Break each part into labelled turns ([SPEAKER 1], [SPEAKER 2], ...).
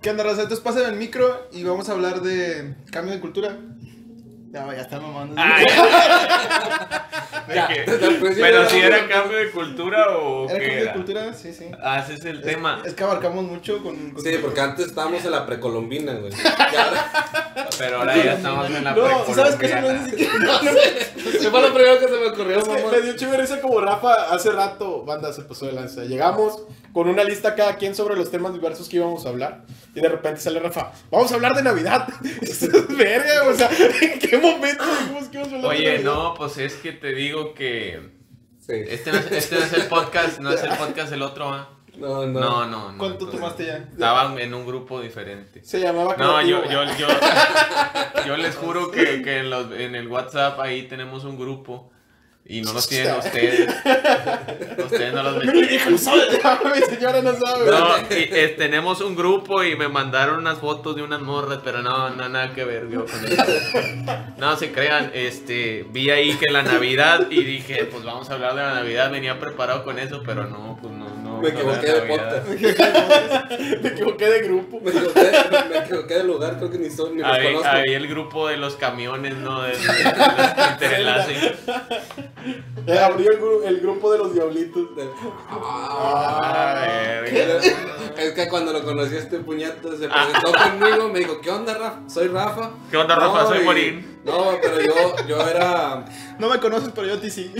[SPEAKER 1] ¿Qué onda, raza? Entonces pasen el micro y vamos a hablar de cambio de cultura. No, ya están mamando.
[SPEAKER 2] Ay, de
[SPEAKER 3] Ya,
[SPEAKER 2] que-
[SPEAKER 3] después ya
[SPEAKER 2] pero
[SPEAKER 3] era
[SPEAKER 2] si
[SPEAKER 3] una-
[SPEAKER 2] era cambio de cultura o
[SPEAKER 1] ¿Era
[SPEAKER 2] qué
[SPEAKER 1] cambio de
[SPEAKER 2] era.
[SPEAKER 1] cultura? Sí, sí.
[SPEAKER 2] Ah, ese es el tema.
[SPEAKER 1] Es, es que abarcamos mucho con. con-
[SPEAKER 3] Sí, porque antes estábamos en la precolombina, güey. Y ahora-
[SPEAKER 2] Pero ahora ya estamos en la
[SPEAKER 1] No, ¿sabes qué? Eso no es ni siquiera. No,
[SPEAKER 3] Eso fue lo primero que se me ocurrió,
[SPEAKER 4] Es que
[SPEAKER 3] mamá.
[SPEAKER 4] me dio chévere esa como Rafa hace rato, banda se pasó de lanza. Llegamos con una lista cada quien sobre los temas diversos que íbamos a hablar. Y de repente sale Rafa, vamos a hablar de Navidad. Eso es verga, o sea, ¿en qué momento dijimos que íbamos a hablar de
[SPEAKER 2] Oye,
[SPEAKER 4] Navidad?
[SPEAKER 2] no, pues es que te digo que.
[SPEAKER 3] Sí.
[SPEAKER 2] Este no es, este no es el podcast, no es el podcast el otro, ¿ah?
[SPEAKER 3] No, no.
[SPEAKER 2] No, no, no.
[SPEAKER 1] ¿Cuánto
[SPEAKER 2] entonces,
[SPEAKER 1] tomaste ya?
[SPEAKER 2] Estaban en un grupo diferente.
[SPEAKER 4] Se llamaba
[SPEAKER 2] No,
[SPEAKER 4] Creativo,
[SPEAKER 2] yo, yo,
[SPEAKER 4] güey.
[SPEAKER 2] yo,
[SPEAKER 1] ah.
[SPEAKER 2] yo les juro que, que en, los- en el WhatsApp ahí tenemos un grupo y no los tienen ustedes. Ustedes no los metieron.
[SPEAKER 4] Mi hijo no sabe, mi señora no sabe.
[SPEAKER 2] No, y, eh, tenemos un grupo y me mandaron unas fotos de unas morras, pero no, no, nada que ver yo con eso. No se crean, este, vi ahí que la Navidad y dije, pues vamos a hablar de la Navidad, venía preparado con eso, pero no, pues no, no.
[SPEAKER 3] Me
[SPEAKER 2] no
[SPEAKER 3] equivoqué
[SPEAKER 2] era
[SPEAKER 3] de
[SPEAKER 2] Navidad.
[SPEAKER 3] podcast.
[SPEAKER 4] Me equivoqué de grupo.
[SPEAKER 3] Me equivoqué, me, me equivoqué de lugar, creo que ni, son, ni los
[SPEAKER 2] Había,
[SPEAKER 3] conozco.
[SPEAKER 2] había el grupo de los camiones, ¿no? De, de- de- de entrelace.
[SPEAKER 4] Eh, abrió el, gru- el grupo de los diablitos.
[SPEAKER 3] De-
[SPEAKER 2] Ah, verga.
[SPEAKER 3] Pero- es que cuando lo conocí este puñato se presentó conmigo, me dijo, ¿qué onda Rafa? Soy Rafa.
[SPEAKER 2] Ah. ¿Qué onda, Rafa? Soy
[SPEAKER 3] y-
[SPEAKER 2] Morín.
[SPEAKER 3] No, pero yo, yo era...
[SPEAKER 1] No me conoces, pero yo a ti sí.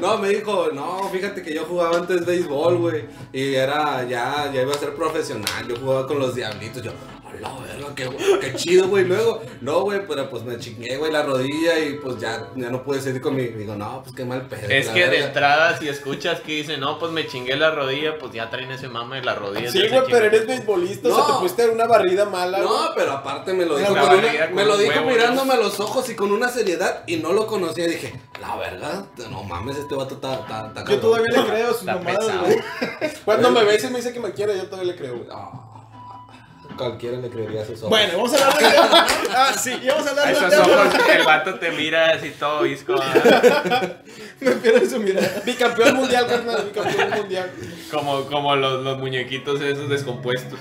[SPEAKER 3] No, me dijo, no, fíjate que yo jugaba antes béisbol, güey. Y era, ya, ya iba a ser profesional. Yo jugaba con los diablitos. Yo, hola, verga, qué, gu- qué chido, güey. Luego, no, güey, pero pues me chingué, güey, la rodilla y pues ya, ya no pude seguir con mi... Digo, no, pues qué mal pedo.
[SPEAKER 2] Es
[SPEAKER 3] la
[SPEAKER 2] que de
[SPEAKER 3] verga".
[SPEAKER 2] entrada, si escuchas que dicen, no, pues me chingué la rodilla, pues ya traen ese mame de la rodilla.
[SPEAKER 4] Sí,
[SPEAKER 2] entonces
[SPEAKER 4] güey,
[SPEAKER 2] se
[SPEAKER 4] pero
[SPEAKER 2] chingan.
[SPEAKER 4] eres beisbolista, o
[SPEAKER 3] No.
[SPEAKER 4] sea, te pusiste una barrida mala. güey.
[SPEAKER 3] No, pero aparte me lo dijo,
[SPEAKER 2] La
[SPEAKER 3] con una-
[SPEAKER 2] barriga con
[SPEAKER 3] me lo
[SPEAKER 2] un
[SPEAKER 3] dijo
[SPEAKER 2] huevo,
[SPEAKER 3] mirándome a los ojos y con una seriedad y no lo conocía. Dije, la verdad, no mames, este vato está. está- está
[SPEAKER 1] Yo
[SPEAKER 3] cabrón".
[SPEAKER 1] todavía le creo a sus
[SPEAKER 2] Está
[SPEAKER 1] mamadas,
[SPEAKER 2] pesado.
[SPEAKER 1] güey.
[SPEAKER 4] Cuando me ves y me dice que me quiere, yo todavía le creo. güey.
[SPEAKER 3] Ah, cualquiera le creería a sus ojos.
[SPEAKER 1] Bueno, vamos a hablar de. Ah, sí, y vamos a
[SPEAKER 2] A
[SPEAKER 1] hablar de.
[SPEAKER 2] esos ojos que el vato te mira así todo visco. ¿verdad?
[SPEAKER 1] Me pierdo en su mirada.
[SPEAKER 4] Bicampeón mundial, carnal, bicampeón mundial.
[SPEAKER 2] Como, como los, los muñequitos esos descompuestos.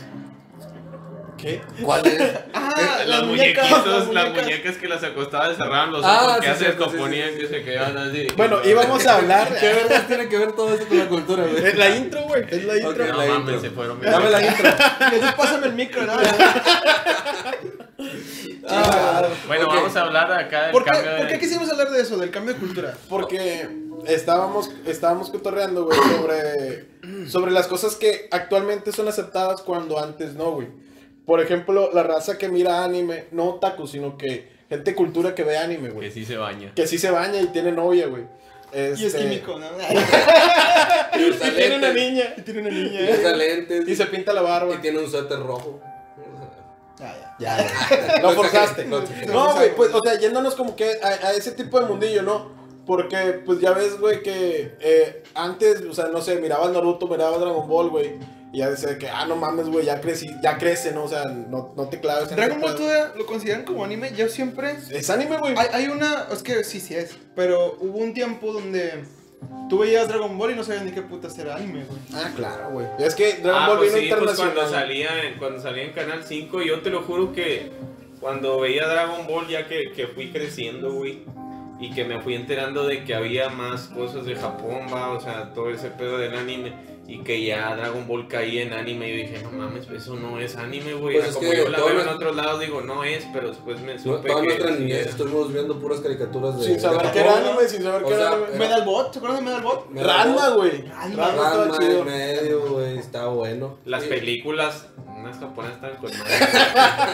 [SPEAKER 4] ¿Qué?
[SPEAKER 3] ¿Cuál es?
[SPEAKER 1] Ah,
[SPEAKER 2] Los
[SPEAKER 1] las
[SPEAKER 2] muñequitos,
[SPEAKER 1] muñecas.
[SPEAKER 2] las muñecas. que las acostaban cerraban los
[SPEAKER 3] Ah,
[SPEAKER 2] ojos que
[SPEAKER 3] sí,
[SPEAKER 2] ya se
[SPEAKER 3] cierto,
[SPEAKER 2] descomponían,
[SPEAKER 3] sí, sí,
[SPEAKER 2] que se quedaban así.
[SPEAKER 4] Bueno, íbamos a hablar.
[SPEAKER 3] ¿Qué verdad tiene que ver todo esto con la cultura, güey?
[SPEAKER 4] Es La intro, güey.
[SPEAKER 1] Es la intro.
[SPEAKER 3] Ok.
[SPEAKER 2] no
[SPEAKER 3] la
[SPEAKER 2] mames,
[SPEAKER 3] intro.
[SPEAKER 2] se fueron. mira.
[SPEAKER 3] Dame la intro.
[SPEAKER 1] Y así pásame el micro, ¿no? ¿Por
[SPEAKER 3] Ah,
[SPEAKER 2] Bueno,
[SPEAKER 3] ok.
[SPEAKER 2] vamos a hablar acá del
[SPEAKER 1] qué,
[SPEAKER 2] cambio de...
[SPEAKER 1] ¿Por qué quisimos hablar de eso, del cambio de cultura?
[SPEAKER 4] Porque estábamos, estábamos cotorreando, güey, sobre, sobre las cosas que actualmente son aceptadas cuando antes no, güey. Por ejemplo, la raza que mira anime, no otaku, sino que gente cultura que ve anime,
[SPEAKER 2] Que
[SPEAKER 4] güey.
[SPEAKER 2] sí se baña.
[SPEAKER 4] Que sí se baña y tiene novia, güey.
[SPEAKER 1] Y es
[SPEAKER 4] Este,
[SPEAKER 1] químico, ¿no? Ah,
[SPEAKER 4] Y tiene una niña. Y tiene una
[SPEAKER 3] Y usa
[SPEAKER 4] niña.
[SPEAKER 3] lentes.
[SPEAKER 4] Y se pinta la barba.
[SPEAKER 3] eh. y tiene un suéter rojo.
[SPEAKER 1] Ah,
[SPEAKER 4] Ya, ya. No forzaste.
[SPEAKER 3] No, sí.
[SPEAKER 4] No, güey, pues, o sea, yéndonos como que a, a ese tipo de mundillo, ¿no? Porque, pues ya ves, güey, que eh, antes, o sea, no sé, miraba Naruto, miraba Dragon Ball, güey. Y ya decía que, ah, no mames, güey, ya crecí, ya crece, ¿no? O sea, no, no te claves
[SPEAKER 1] ya.
[SPEAKER 4] en
[SPEAKER 1] Dragon
[SPEAKER 4] ese
[SPEAKER 1] Ball
[SPEAKER 4] pedo.
[SPEAKER 1] todavía lo consideran como anime. Yo siempre.
[SPEAKER 4] Es anime, güey.
[SPEAKER 1] Hay, hay una. Es que sí, sí es. Pero hubo un tiempo donde. Tú veías Dragon Ball y no sabías ni qué puta era anime, güey.
[SPEAKER 4] Ah, claro, güey. Es que Dragon
[SPEAKER 2] ah,
[SPEAKER 4] Ball
[SPEAKER 2] pues
[SPEAKER 4] vino
[SPEAKER 2] sí, pues
[SPEAKER 4] internacional.
[SPEAKER 2] cuando salía, en, cuando salía en Canal 5, yo te lo juro que cuando veía Dragon Ball, ya que, que fui creciendo, güey, y que me fui enterando de que había más cosas de Japón, va, o sea, todo ese pedo del anime, y que ya Dragon Ball caía en anime, yo dije, no mames, eso no es anime, güey. Era
[SPEAKER 3] Pues es
[SPEAKER 2] como
[SPEAKER 3] que
[SPEAKER 2] yo la
[SPEAKER 3] todo
[SPEAKER 2] veo en
[SPEAKER 3] lo-
[SPEAKER 2] otros lados, digo, no es, pero después me
[SPEAKER 3] No,
[SPEAKER 2] supe
[SPEAKER 3] Toda
[SPEAKER 2] que.
[SPEAKER 3] nuestra
[SPEAKER 2] sí
[SPEAKER 3] niñez
[SPEAKER 2] era.
[SPEAKER 3] estuvimos viendo puras caricaturas de.
[SPEAKER 4] Sin
[SPEAKER 3] de
[SPEAKER 4] saber qué era
[SPEAKER 3] Japón,
[SPEAKER 4] anime, sin saber
[SPEAKER 3] O
[SPEAKER 4] qué era Eh,
[SPEAKER 3] sea,
[SPEAKER 4] anime.
[SPEAKER 3] eh,
[SPEAKER 1] Medalbot, ¿se acuerdan de Medalbot?
[SPEAKER 3] Me-
[SPEAKER 4] Ranma, güey.
[SPEAKER 1] Ranma.
[SPEAKER 4] Ranma estaba
[SPEAKER 3] Ranma
[SPEAKER 4] chido.
[SPEAKER 3] en medio, güey, estaba bueno.
[SPEAKER 2] Las
[SPEAKER 3] Sí.
[SPEAKER 2] películas, unas japonesas estaban con madre.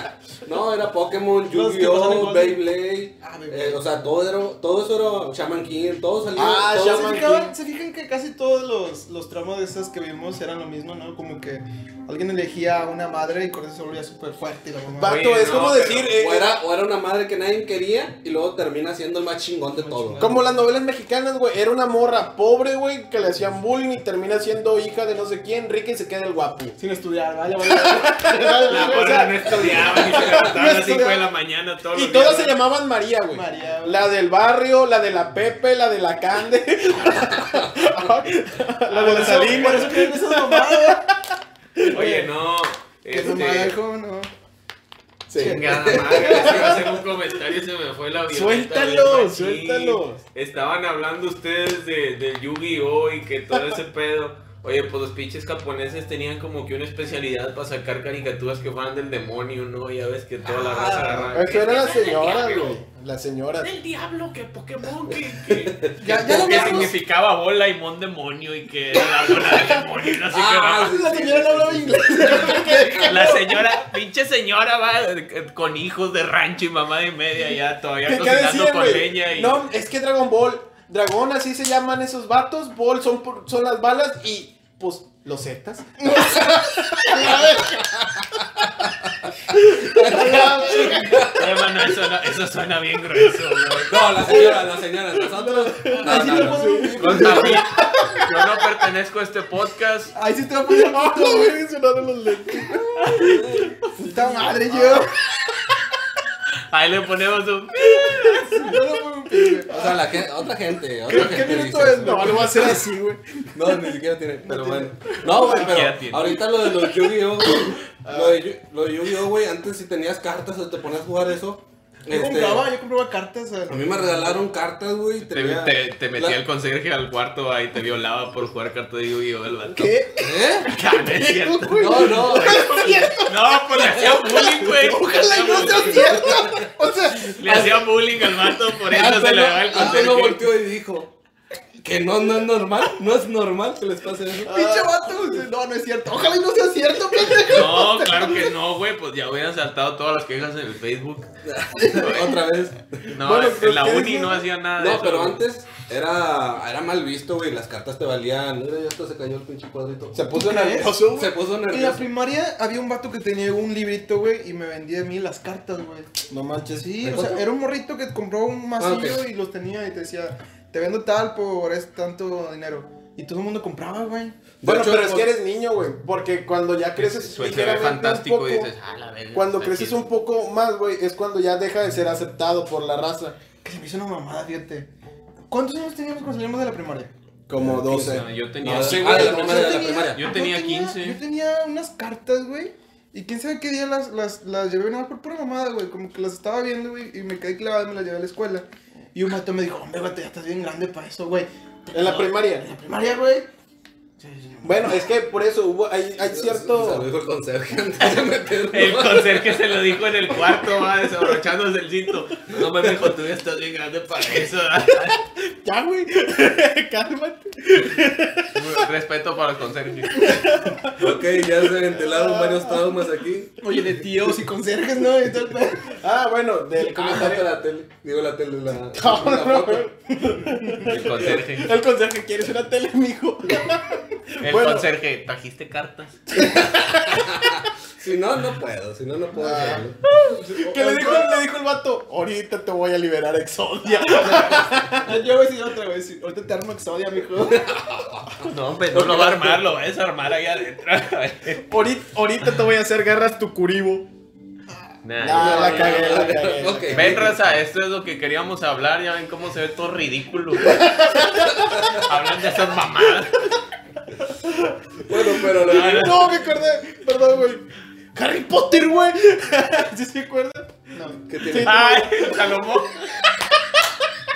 [SPEAKER 3] No, era Pokémon,
[SPEAKER 1] que pasaban en
[SPEAKER 3] Yu-Gi-Oh,
[SPEAKER 1] Golden.
[SPEAKER 3] Beyblade.
[SPEAKER 1] Ah,
[SPEAKER 3] eh,
[SPEAKER 1] Beyblade.
[SPEAKER 3] o sea, todo, era, todo eso era Shaman King, todo salía.
[SPEAKER 4] Ah,
[SPEAKER 3] todo-
[SPEAKER 1] ¿Se
[SPEAKER 4] Shaman
[SPEAKER 1] fijaban-
[SPEAKER 4] King.
[SPEAKER 1] ¿Se fijan que casi todos los, los tramos de esas que vimos eran lo mismo, no? Como que alguien elegía a una madre y con eso se volvía súper fuerte y la mamá.
[SPEAKER 4] Vato,
[SPEAKER 2] Oye,
[SPEAKER 4] es
[SPEAKER 2] no,
[SPEAKER 4] como
[SPEAKER 2] pero-
[SPEAKER 4] decir. eh,
[SPEAKER 3] O era, o era una madre que nadie quería y luego termina siendo el más chingón de
[SPEAKER 1] Más
[SPEAKER 3] todo.
[SPEAKER 1] chingón.
[SPEAKER 4] Como las novelas mexicanas, güey. Era una morra pobre, güey, que le hacían bullying y termina siendo hija de no sé quién, rica y se queda el guapo.
[SPEAKER 1] Sin estudiar, vaya, vaya.
[SPEAKER 4] Ah,
[SPEAKER 1] vaya.
[SPEAKER 2] La
[SPEAKER 4] O
[SPEAKER 2] morra
[SPEAKER 4] sea,
[SPEAKER 3] Ah,
[SPEAKER 2] no estudiaba ni se levantaba a
[SPEAKER 4] no
[SPEAKER 2] las 5 de
[SPEAKER 4] estudiaba.
[SPEAKER 2] la mañana todos
[SPEAKER 4] Y
[SPEAKER 2] los
[SPEAKER 4] todas se
[SPEAKER 2] días.
[SPEAKER 4] llamaban María, güey.
[SPEAKER 1] María, güey.
[SPEAKER 4] La del barrio, la de la Pepe, la de la Cande. la de la
[SPEAKER 1] Por eso- Ah,
[SPEAKER 4] Salina.
[SPEAKER 1] Por eso creen esas mamadas.
[SPEAKER 2] Oye, no.
[SPEAKER 1] Que
[SPEAKER 2] este,
[SPEAKER 1] No me dejo, no.
[SPEAKER 4] Sí.
[SPEAKER 5] Chingada madre, es que iba a hacer un comentario y se me fue la violeta,
[SPEAKER 4] Suéltalo,
[SPEAKER 5] bien machín.
[SPEAKER 4] suéltalo.
[SPEAKER 5] Estaban hablando ustedes de, del Yu-Gi-Oh! y que todo ese pedo. Oye, pues los pinches japoneses tenían como que una especialidad para sacar caricaturas que fueran del demonio, ¿no? Ya ves que toda la raza agarra.
[SPEAKER 4] Ah, Eso era la señora, güey. La señora.
[SPEAKER 5] Del diablo, que Pokémon, que. que...
[SPEAKER 1] Ya, ya lo
[SPEAKER 2] que
[SPEAKER 1] hablamos.
[SPEAKER 2] significaba bola y mon demonio y que era la bola de demonio. No sé qué
[SPEAKER 3] Ah,
[SPEAKER 2] va.
[SPEAKER 3] sí,
[SPEAKER 4] La señora no hablaba inglés.
[SPEAKER 2] La señora, pinche señora va eh, con hijos de rancho y mamá de media ya todavía
[SPEAKER 4] ¿Qué, qué
[SPEAKER 2] cocinando
[SPEAKER 4] decían,
[SPEAKER 2] con
[SPEAKER 4] güey?
[SPEAKER 2] leña y.
[SPEAKER 4] No, es que Dragon Ball. Dragón, así se llaman esos vatos. Ball son, por- son las balas y, pues, los zetas.
[SPEAKER 2] Hermano, eso, no- eso suena bien grueso, güey.
[SPEAKER 3] No, la señora, la señora, nosotros. No,
[SPEAKER 4] Así
[SPEAKER 3] no,
[SPEAKER 4] lo
[SPEAKER 3] no.
[SPEAKER 4] ponen, güey.
[SPEAKER 2] Contra Pues, mí, yo no pertenezco a este podcast.
[SPEAKER 1] Ahí sí te va a poner
[SPEAKER 4] Ah, la verga, sonaron los lentes. Ah,
[SPEAKER 1] puta madre, yo.
[SPEAKER 2] Ahí le ponemos un.
[SPEAKER 3] O sea, la gente, otra gente. Otra
[SPEAKER 1] ¿Qué,
[SPEAKER 3] gente
[SPEAKER 1] qué
[SPEAKER 3] dice
[SPEAKER 1] minuto
[SPEAKER 3] eso.
[SPEAKER 1] es? No, lo voy a hacer así, güey.
[SPEAKER 3] No, ni siquiera tiene, pero bueno. No, güey,
[SPEAKER 2] siquiera
[SPEAKER 3] pero
[SPEAKER 2] tiene.
[SPEAKER 3] ahorita lo de los Yu-Gi-Oh, güey. Lo de, Yu- lo de Yu-Gi-Oh, güey, antes si tenías cartas o te ponías a jugar eso.
[SPEAKER 1] Yo
[SPEAKER 3] este,
[SPEAKER 1] compraba, yo compraba cartas.
[SPEAKER 3] a mí me regalaron cartas, güey.
[SPEAKER 2] Te,
[SPEAKER 3] tenía-
[SPEAKER 2] te, te metía
[SPEAKER 3] la-
[SPEAKER 2] el conserje al cuarto ahí te violaba por jugar carta de Yu-Gi-Oh! el vato.
[SPEAKER 1] ¿Qué?
[SPEAKER 3] ¿Eh?
[SPEAKER 2] Ya, no es cierto.
[SPEAKER 3] No, no. güey.
[SPEAKER 2] No, pues le hacía bullying, güey.
[SPEAKER 1] Ojalá y no sea cierto. O sea,
[SPEAKER 2] Le hacía bullying al vato,
[SPEAKER 1] Ah,
[SPEAKER 2] por eso
[SPEAKER 3] Hasta
[SPEAKER 2] se le
[SPEAKER 3] no-
[SPEAKER 2] va el
[SPEAKER 3] hasta no
[SPEAKER 2] conserje.
[SPEAKER 3] volteó y dijo que no, no es normal, no es normal que les pase eso.
[SPEAKER 1] pinche vato. güey. No, no es cierto. Ojalá y no sea cierto, pendejo.
[SPEAKER 2] No, claro que no, güey. Pues ya hubieran saltado todas las quejas en el Facebook.
[SPEAKER 3] Ah, Otra vez.
[SPEAKER 2] No,
[SPEAKER 4] Bueno,
[SPEAKER 2] en la
[SPEAKER 4] ¿qué
[SPEAKER 2] uni
[SPEAKER 4] decías?
[SPEAKER 2] no hacía nada de
[SPEAKER 3] No,
[SPEAKER 2] Ah, eso.
[SPEAKER 3] pero
[SPEAKER 2] güey.
[SPEAKER 3] antes era, era mal visto, güey. Las cartas te valían. Mira, ya hasta se cayó el pinche cuadrito.
[SPEAKER 4] Se puso nervioso. güey.
[SPEAKER 3] Se puso
[SPEAKER 1] En la
[SPEAKER 3] nervioso.
[SPEAKER 1] primaria había un vato que tenía un librito, güey, y me vendía a mí las cartas, güey.
[SPEAKER 4] No manches.
[SPEAKER 1] Sí,
[SPEAKER 3] ¿Me
[SPEAKER 1] o sea,
[SPEAKER 3] cuento?
[SPEAKER 1] era un morrito que compró un masillo
[SPEAKER 3] Ah, ok.
[SPEAKER 1] y los tenía y te decía, te vendo tal por es tanto dinero. Y todo el mundo compraba, güey.
[SPEAKER 4] Bueno,
[SPEAKER 3] De hecho,
[SPEAKER 4] pero es
[SPEAKER 3] por-
[SPEAKER 4] que eres niño, güey. Porque cuando ya creces.
[SPEAKER 5] Su se ve
[SPEAKER 4] ligeramente un
[SPEAKER 5] fantástico
[SPEAKER 4] poco-
[SPEAKER 5] y dices, ah, la verga.
[SPEAKER 4] Cuando
[SPEAKER 5] está
[SPEAKER 4] creces
[SPEAKER 5] chido".
[SPEAKER 4] un poco más, güey, es cuando ya deja de ser aceptado por la raza.
[SPEAKER 1] Que se me hizo una mamada, fíjate. ¿Cuántos años teníamos cuando salimos de la primaria?
[SPEAKER 4] Como 12.
[SPEAKER 5] No, yo tenía.
[SPEAKER 3] No, sí,
[SPEAKER 5] Ah,
[SPEAKER 3] güey,
[SPEAKER 5] la primera-
[SPEAKER 3] la primaria, la
[SPEAKER 1] tenía-
[SPEAKER 3] primaria.
[SPEAKER 5] Yo tenía 15.
[SPEAKER 1] Yo tenía unas cartas, güey. Y quién sabe qué día las, las, las llevé, nada más por pura mamada, güey. Como que las estaba viendo, güey. Y me quedé clavado y me las llevé a la escuela. Y un vato me dijo, hombre, güey, tú ya estás bien grande para eso, güey.
[SPEAKER 4] En la primaria.
[SPEAKER 1] En la primaria, güey.
[SPEAKER 4] Bueno, es que por eso hubo, hay, hay
[SPEAKER 3] Se lo
[SPEAKER 4] cierto.
[SPEAKER 3] dijo el conserje antes de meterlo.
[SPEAKER 2] El conserje se lo dijo en el cuarto, va, desabrochándose el cinto. No me dijo, tú ya estás bien grande para eso. ¿verdad?
[SPEAKER 4] Ya, güey. Cálmate.
[SPEAKER 2] Respeto para los conserjes.
[SPEAKER 3] Ok, ya se ventilaron varios traumas aquí.
[SPEAKER 1] Oye, de tíos y conserjes, ¿no? Y todo el pedo.
[SPEAKER 4] Ah, bueno, del
[SPEAKER 3] Comentario de
[SPEAKER 4] comentario.
[SPEAKER 3] la tele. Digo la tele, la, la
[SPEAKER 4] no,
[SPEAKER 3] foto.
[SPEAKER 2] El conserje.
[SPEAKER 4] El consejo que quieres una tele, mijo.
[SPEAKER 2] El
[SPEAKER 4] Bueno.
[SPEAKER 2] conserje, ¿trajiste cartas?
[SPEAKER 3] Si no, no puedo. Si no, no puedo
[SPEAKER 4] Ah,
[SPEAKER 3] hacerlo.
[SPEAKER 4] Que le dijo, le dijo el vato, ahorita te voy a liberar Exodia.
[SPEAKER 1] Yo voy a decir otra, güey. sí, Ahorita te armo Exodia, mijo.
[SPEAKER 2] No, pues no lo va a armar, lo va a desarmar ahí adentro.
[SPEAKER 4] Ahorita, ahorita te voy a hacer garras tu curibo.
[SPEAKER 2] Nah.
[SPEAKER 4] Nah, ah, la cagué, la cagué.
[SPEAKER 3] Ok.
[SPEAKER 2] Ven, raza, esto es lo que queríamos hablar. Ya ven cómo se ve todo ridículo. güey. Hablan de esas mamadas.
[SPEAKER 3] Bueno, pero la
[SPEAKER 2] Ah, No,
[SPEAKER 4] No, me acordé. Perdón, güey. Harry Potter, güey. ¿Sí se acuerdan?
[SPEAKER 1] No.
[SPEAKER 3] que tiene.
[SPEAKER 2] Ay, Salomón.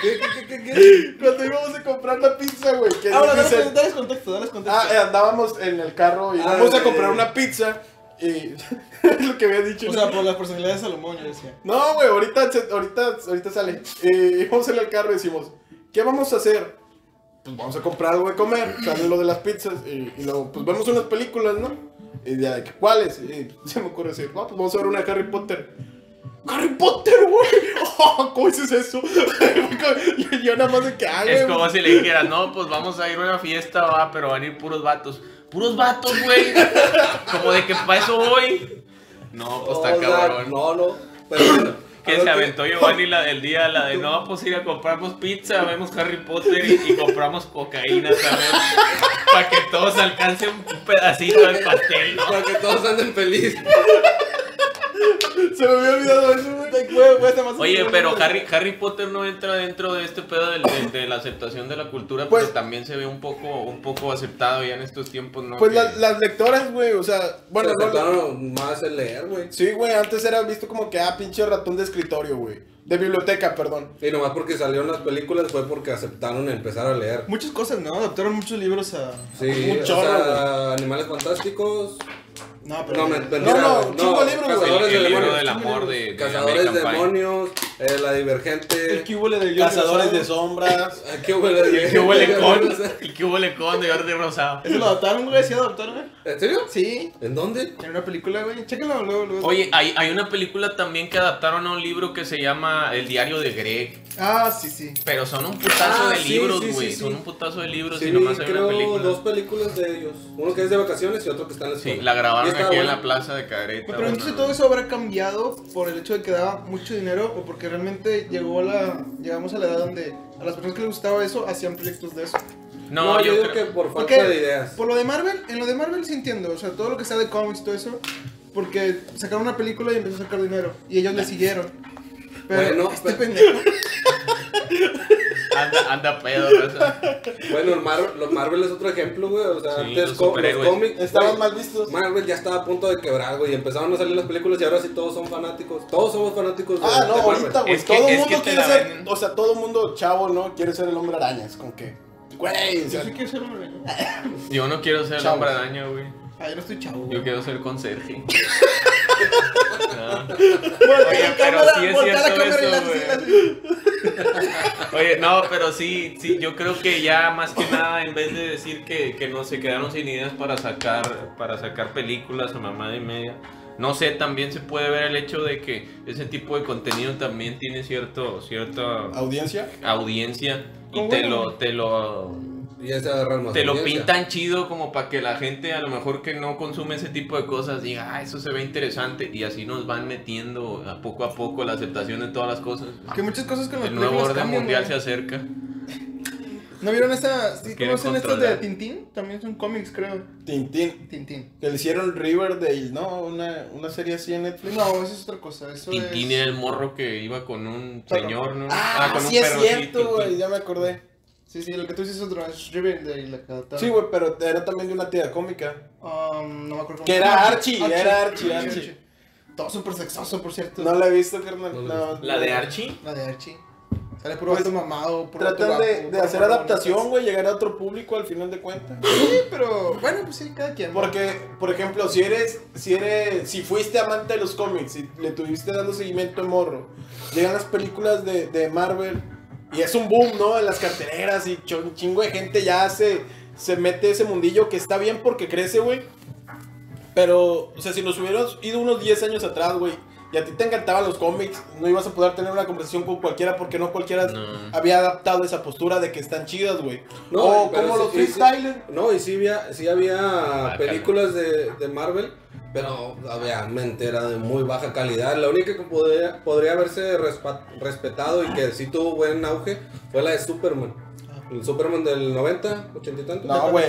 [SPEAKER 3] ¿Qué, qué, qué, qué, qué?
[SPEAKER 4] Cuando íbamos a comprar la pizza, güey. que
[SPEAKER 1] Ahora,
[SPEAKER 4] nos dicen-
[SPEAKER 1] dale, dale contexto, dale contexto.
[SPEAKER 4] Ah, eh, andábamos en el carro y
[SPEAKER 3] Ah,
[SPEAKER 4] vamos a
[SPEAKER 3] sí.
[SPEAKER 4] comprar una pizza. pues, Y es lo que había dicho.
[SPEAKER 1] o sea, por la personalidad de Salomón, yo decía.
[SPEAKER 4] no, güey, ahorita, se- ahorita, ahorita sale. Y vamos en el carro y decimos, ¿qué vamos a hacer? Pues vamos a comprar algo de comer. Sale lo de las pizzas. Y, y luego, pues vemos unas películas, ¿no? Y de que, ¿cuáles? Y se me ocurre decir, "No, pues vamos a ver una de Harry Potter. ¡Harry Potter, güey! ¡Oh, ¿Cómo dices eso? yo, yo nada más de que "Ah, hago.
[SPEAKER 2] Es como si le dijera, no, pues vamos a ir a una fiesta, va, pero van a ir puros vatos. Puros vatos, güey. Como de que para eso voy. No, pues está
[SPEAKER 3] O sea,
[SPEAKER 2] cabrón.
[SPEAKER 3] No, no. Pero bueno.
[SPEAKER 2] Que
[SPEAKER 3] a lo
[SPEAKER 2] se aventó Giovanni la del día, la de no, pues ir a compramos pizza, vemos Harry Potter y, y compramos cocaína también. Para que todos alcancen un pedacito del pastel, ¿no?
[SPEAKER 3] Para que todos anden felices.
[SPEAKER 4] Se me había olvidado eso, güey. Güey, güey, está más
[SPEAKER 2] Oye,
[SPEAKER 4] seguro,
[SPEAKER 2] pero
[SPEAKER 4] güey.
[SPEAKER 2] Harry, Harry Potter no entra dentro de este pedo del- del- de, la aceptación de la cultura, pues
[SPEAKER 4] Pues-
[SPEAKER 2] también se ve un poco, un poco aceptado ya en estos tiempos, ¿no?
[SPEAKER 4] Pues
[SPEAKER 2] Que-
[SPEAKER 4] la- las lectoras, güey, o sea, bueno,
[SPEAKER 3] Bueno,
[SPEAKER 4] no,
[SPEAKER 3] más el leer, güey.
[SPEAKER 4] sí, güey, antes era visto como que, ah, pinche ratón de escritorio, güey. De biblioteca, perdón.
[SPEAKER 3] Y nomás porque salieron las películas fue porque aceptaron empezar a leer.
[SPEAKER 1] Muchas cosas, ¿no? Adaptaron muchos libros a.
[SPEAKER 3] Sí,
[SPEAKER 4] Un
[SPEAKER 3] o
[SPEAKER 4] chorro,
[SPEAKER 3] sea, Animales Fantásticos.
[SPEAKER 1] No,
[SPEAKER 3] No,
[SPEAKER 1] pero.
[SPEAKER 3] me mentira,
[SPEAKER 4] no,
[SPEAKER 3] güey,
[SPEAKER 4] chingo de libros, güey.
[SPEAKER 2] el,
[SPEAKER 3] Cazadores
[SPEAKER 2] el
[SPEAKER 3] de
[SPEAKER 2] libro
[SPEAKER 3] demonios.
[SPEAKER 2] del amor de, de
[SPEAKER 3] Cazadores de
[SPEAKER 2] American Pie.
[SPEAKER 3] demonios, eh, La
[SPEAKER 1] el
[SPEAKER 3] Divergente.
[SPEAKER 1] que hubo le de Dios
[SPEAKER 4] Cazadores de
[SPEAKER 1] Rosado.
[SPEAKER 4] sombras.
[SPEAKER 3] Ah, ¿Qué huele?
[SPEAKER 2] El que huele con, el que huele con de Jordi Rosado.
[SPEAKER 1] Eso lo adaptaron, güey, sí adaptaron, güey.
[SPEAKER 3] ¿En serio?
[SPEAKER 1] Sí.
[SPEAKER 3] ¿En dónde?
[SPEAKER 1] En una película, güey. Chéquenlo luego, luego.
[SPEAKER 2] Oye, hay, hay una película también que adaptaron a un libro que se llama El diario de Greg.
[SPEAKER 1] Ah, sí, sí.
[SPEAKER 2] Pero son un putazo
[SPEAKER 3] Ah,
[SPEAKER 2] de
[SPEAKER 3] sí,
[SPEAKER 2] libros,
[SPEAKER 3] sí, sí,
[SPEAKER 2] güey.
[SPEAKER 3] sí.
[SPEAKER 2] Son un putazo de libros
[SPEAKER 3] Sí,
[SPEAKER 2] y nomás hay
[SPEAKER 3] creo
[SPEAKER 2] una película.
[SPEAKER 3] dos películas de ellos. Uno que es de vacaciones y otro que está en la escuela.
[SPEAKER 2] Sí, la grabaron
[SPEAKER 3] Y
[SPEAKER 2] aquí
[SPEAKER 3] está
[SPEAKER 2] en
[SPEAKER 3] buena.
[SPEAKER 2] la plaza de Cadereyta.
[SPEAKER 1] Me pregunto si
[SPEAKER 2] bueno.
[SPEAKER 1] todo eso habrá cambiado por el hecho de que daba mucho dinero o porque realmente llegó la, llegamos a la edad donde a las personas que les gustaba eso hacían proyectos de eso.
[SPEAKER 2] No,
[SPEAKER 3] No, yo,
[SPEAKER 2] yo,
[SPEAKER 3] digo
[SPEAKER 2] creo
[SPEAKER 3] que por falta
[SPEAKER 1] Porque
[SPEAKER 3] de ideas.
[SPEAKER 1] Por lo de Marvel, en lo de Marvel sí entiendo, o sea, todo lo que sea de cómics, todo eso, porque sacaron una película y empezó a sacar dinero y ellos le siguieron. Pero
[SPEAKER 3] Bueno,
[SPEAKER 1] este
[SPEAKER 3] pero-
[SPEAKER 1] pendejo,
[SPEAKER 2] anda, anda pedo, raza.
[SPEAKER 3] Bueno, el Mar- los Marvel es otro ejemplo, güey. O sea,
[SPEAKER 2] Sí,
[SPEAKER 3] antes
[SPEAKER 2] los
[SPEAKER 3] co- los,
[SPEAKER 2] superhéroes.
[SPEAKER 3] cómics.
[SPEAKER 4] Estaban
[SPEAKER 3] güey,
[SPEAKER 4] mal vistos.
[SPEAKER 3] Marvel ya estaba a punto de quebrar, güey. y Empezaron a salir las películas y ahora sí todos son fanáticos. Todos somos fanáticos de,
[SPEAKER 4] Ah, no,
[SPEAKER 3] de Marvel.
[SPEAKER 4] ahorita, güey.
[SPEAKER 2] Es que-
[SPEAKER 4] todo
[SPEAKER 2] es que
[SPEAKER 4] el mundo
[SPEAKER 2] te
[SPEAKER 4] quiere
[SPEAKER 2] la
[SPEAKER 4] ser,
[SPEAKER 2] venden.
[SPEAKER 4] o sea, todo el mundo chavo, ¿no? Quiere ser el hombre araña, es como que, güey, o
[SPEAKER 1] yo
[SPEAKER 4] sea,
[SPEAKER 1] sí quiero ser un...
[SPEAKER 2] Yo no quiero ser el
[SPEAKER 4] Chavos.
[SPEAKER 2] hombre araña, güey.
[SPEAKER 1] Ah, yo no estoy chavo.
[SPEAKER 2] Yo
[SPEAKER 1] güey.
[SPEAKER 2] quiero ser conserje. No.
[SPEAKER 1] Voltea
[SPEAKER 2] Oye,
[SPEAKER 1] la
[SPEAKER 2] pero
[SPEAKER 1] cámara,
[SPEAKER 2] sí es
[SPEAKER 1] voltea la
[SPEAKER 2] cierto
[SPEAKER 1] cámara y
[SPEAKER 2] eso,
[SPEAKER 1] la-
[SPEAKER 2] güey.
[SPEAKER 1] la- la-
[SPEAKER 2] Oye, no, pero sí, sí, yo creo que ya más que nada, en vez de decir que, que no se quedaron sin ideas para sacar, para sacar películas o mamada y media, no sé, también se puede ver el hecho de que ese tipo de contenido también tiene cierto, cierta
[SPEAKER 4] audiencia.
[SPEAKER 2] audiencia y
[SPEAKER 1] Como
[SPEAKER 2] te
[SPEAKER 1] Oh, bueno.
[SPEAKER 2] lo, te lo
[SPEAKER 3] Y ya se agarran más
[SPEAKER 2] te lo
[SPEAKER 3] audiencia.
[SPEAKER 2] pintan chido como para que la gente a lo mejor que no consume ese tipo de cosas diga, ah, eso se ve interesante y así nos van metiendo a poco a poco la aceptación de todas las cosas.
[SPEAKER 1] Que muchas cosas con las
[SPEAKER 2] El nuevo
[SPEAKER 1] películas
[SPEAKER 2] orden
[SPEAKER 1] cambian,
[SPEAKER 2] mundial
[SPEAKER 1] güey.
[SPEAKER 2] se acerca.
[SPEAKER 1] ¿No vieron esta? ¿Sí
[SPEAKER 2] Quieren
[SPEAKER 1] conocen estas de
[SPEAKER 2] controlar.
[SPEAKER 1] Tintín? También son cómics, creo.
[SPEAKER 4] Tintín.
[SPEAKER 1] Tintín.
[SPEAKER 4] Que le hicieron Riverdale, ¿no? Una, una serie así en Netflix.
[SPEAKER 1] No, eso es otra cosa. Eso
[SPEAKER 2] Tintín
[SPEAKER 1] es...
[SPEAKER 2] era el morro que iba con un
[SPEAKER 1] Perro.
[SPEAKER 2] señor, ¿no?
[SPEAKER 4] Ah,
[SPEAKER 2] con un
[SPEAKER 4] sí es
[SPEAKER 2] perro, sí,
[SPEAKER 4] cierto,
[SPEAKER 2] Tintín.
[SPEAKER 4] güey, ya me acordé.
[SPEAKER 1] Sí, sí, lo que tú dices es otro. Es Riverdale, la que adaptaron.
[SPEAKER 4] Sí, güey, pero era también de una tía cómica.
[SPEAKER 1] Um, no me acuerdo. cómo
[SPEAKER 4] Que
[SPEAKER 1] se
[SPEAKER 4] era
[SPEAKER 1] llama.
[SPEAKER 4] Archie, era Archie, Archie.
[SPEAKER 1] Todo súper sexoso, por cierto.
[SPEAKER 4] No la he visto, carnal.
[SPEAKER 3] No
[SPEAKER 4] No,
[SPEAKER 3] la he visto.
[SPEAKER 2] La de Archie.
[SPEAKER 1] La de Archie. Sale puro
[SPEAKER 4] Pues,
[SPEAKER 1] vato mamado, puro
[SPEAKER 4] Tratan
[SPEAKER 1] vato
[SPEAKER 4] de,
[SPEAKER 1] guapo,
[SPEAKER 4] de
[SPEAKER 1] puro
[SPEAKER 4] hacer
[SPEAKER 1] vato
[SPEAKER 4] adaptación,
[SPEAKER 1] bonito.
[SPEAKER 4] güey, llegar a otro público al final de cuentas.
[SPEAKER 1] Sí, pero bueno, pues sí, cada quien. ¿no?
[SPEAKER 4] Porque, por ejemplo, si eres, si eres, si fuiste amante de los cómics y le tuviste dando seguimiento en morro, llegan las películas de, de Marvel y es un boom, ¿no? En las cartereras y cho- un chingo de gente ya se, se mete ese mundillo que está bien porque crece, güey. Pero, o sea, si nos hubieras ido unos 10 años atrás, güey, y a ti te encantaban los cómics, no ibas a poder tener una conversación con cualquiera porque no cualquiera
[SPEAKER 2] No.
[SPEAKER 4] había adaptado esa postura de que están chidas, güey.
[SPEAKER 3] No,
[SPEAKER 4] o
[SPEAKER 3] pero
[SPEAKER 4] como
[SPEAKER 3] sí-
[SPEAKER 4] los
[SPEAKER 3] y sí-
[SPEAKER 4] freestylers.
[SPEAKER 3] No, y sí había, sí había
[SPEAKER 2] Ah,
[SPEAKER 3] películas de, de Marvel, pero obviamente era de muy baja calidad. La única que podría, podría haberse respa- respetado y que sí tuvo buen auge fue la de Superman.
[SPEAKER 4] Ah.
[SPEAKER 3] El Superman del 90, 80 y tanto.
[SPEAKER 4] No, güey.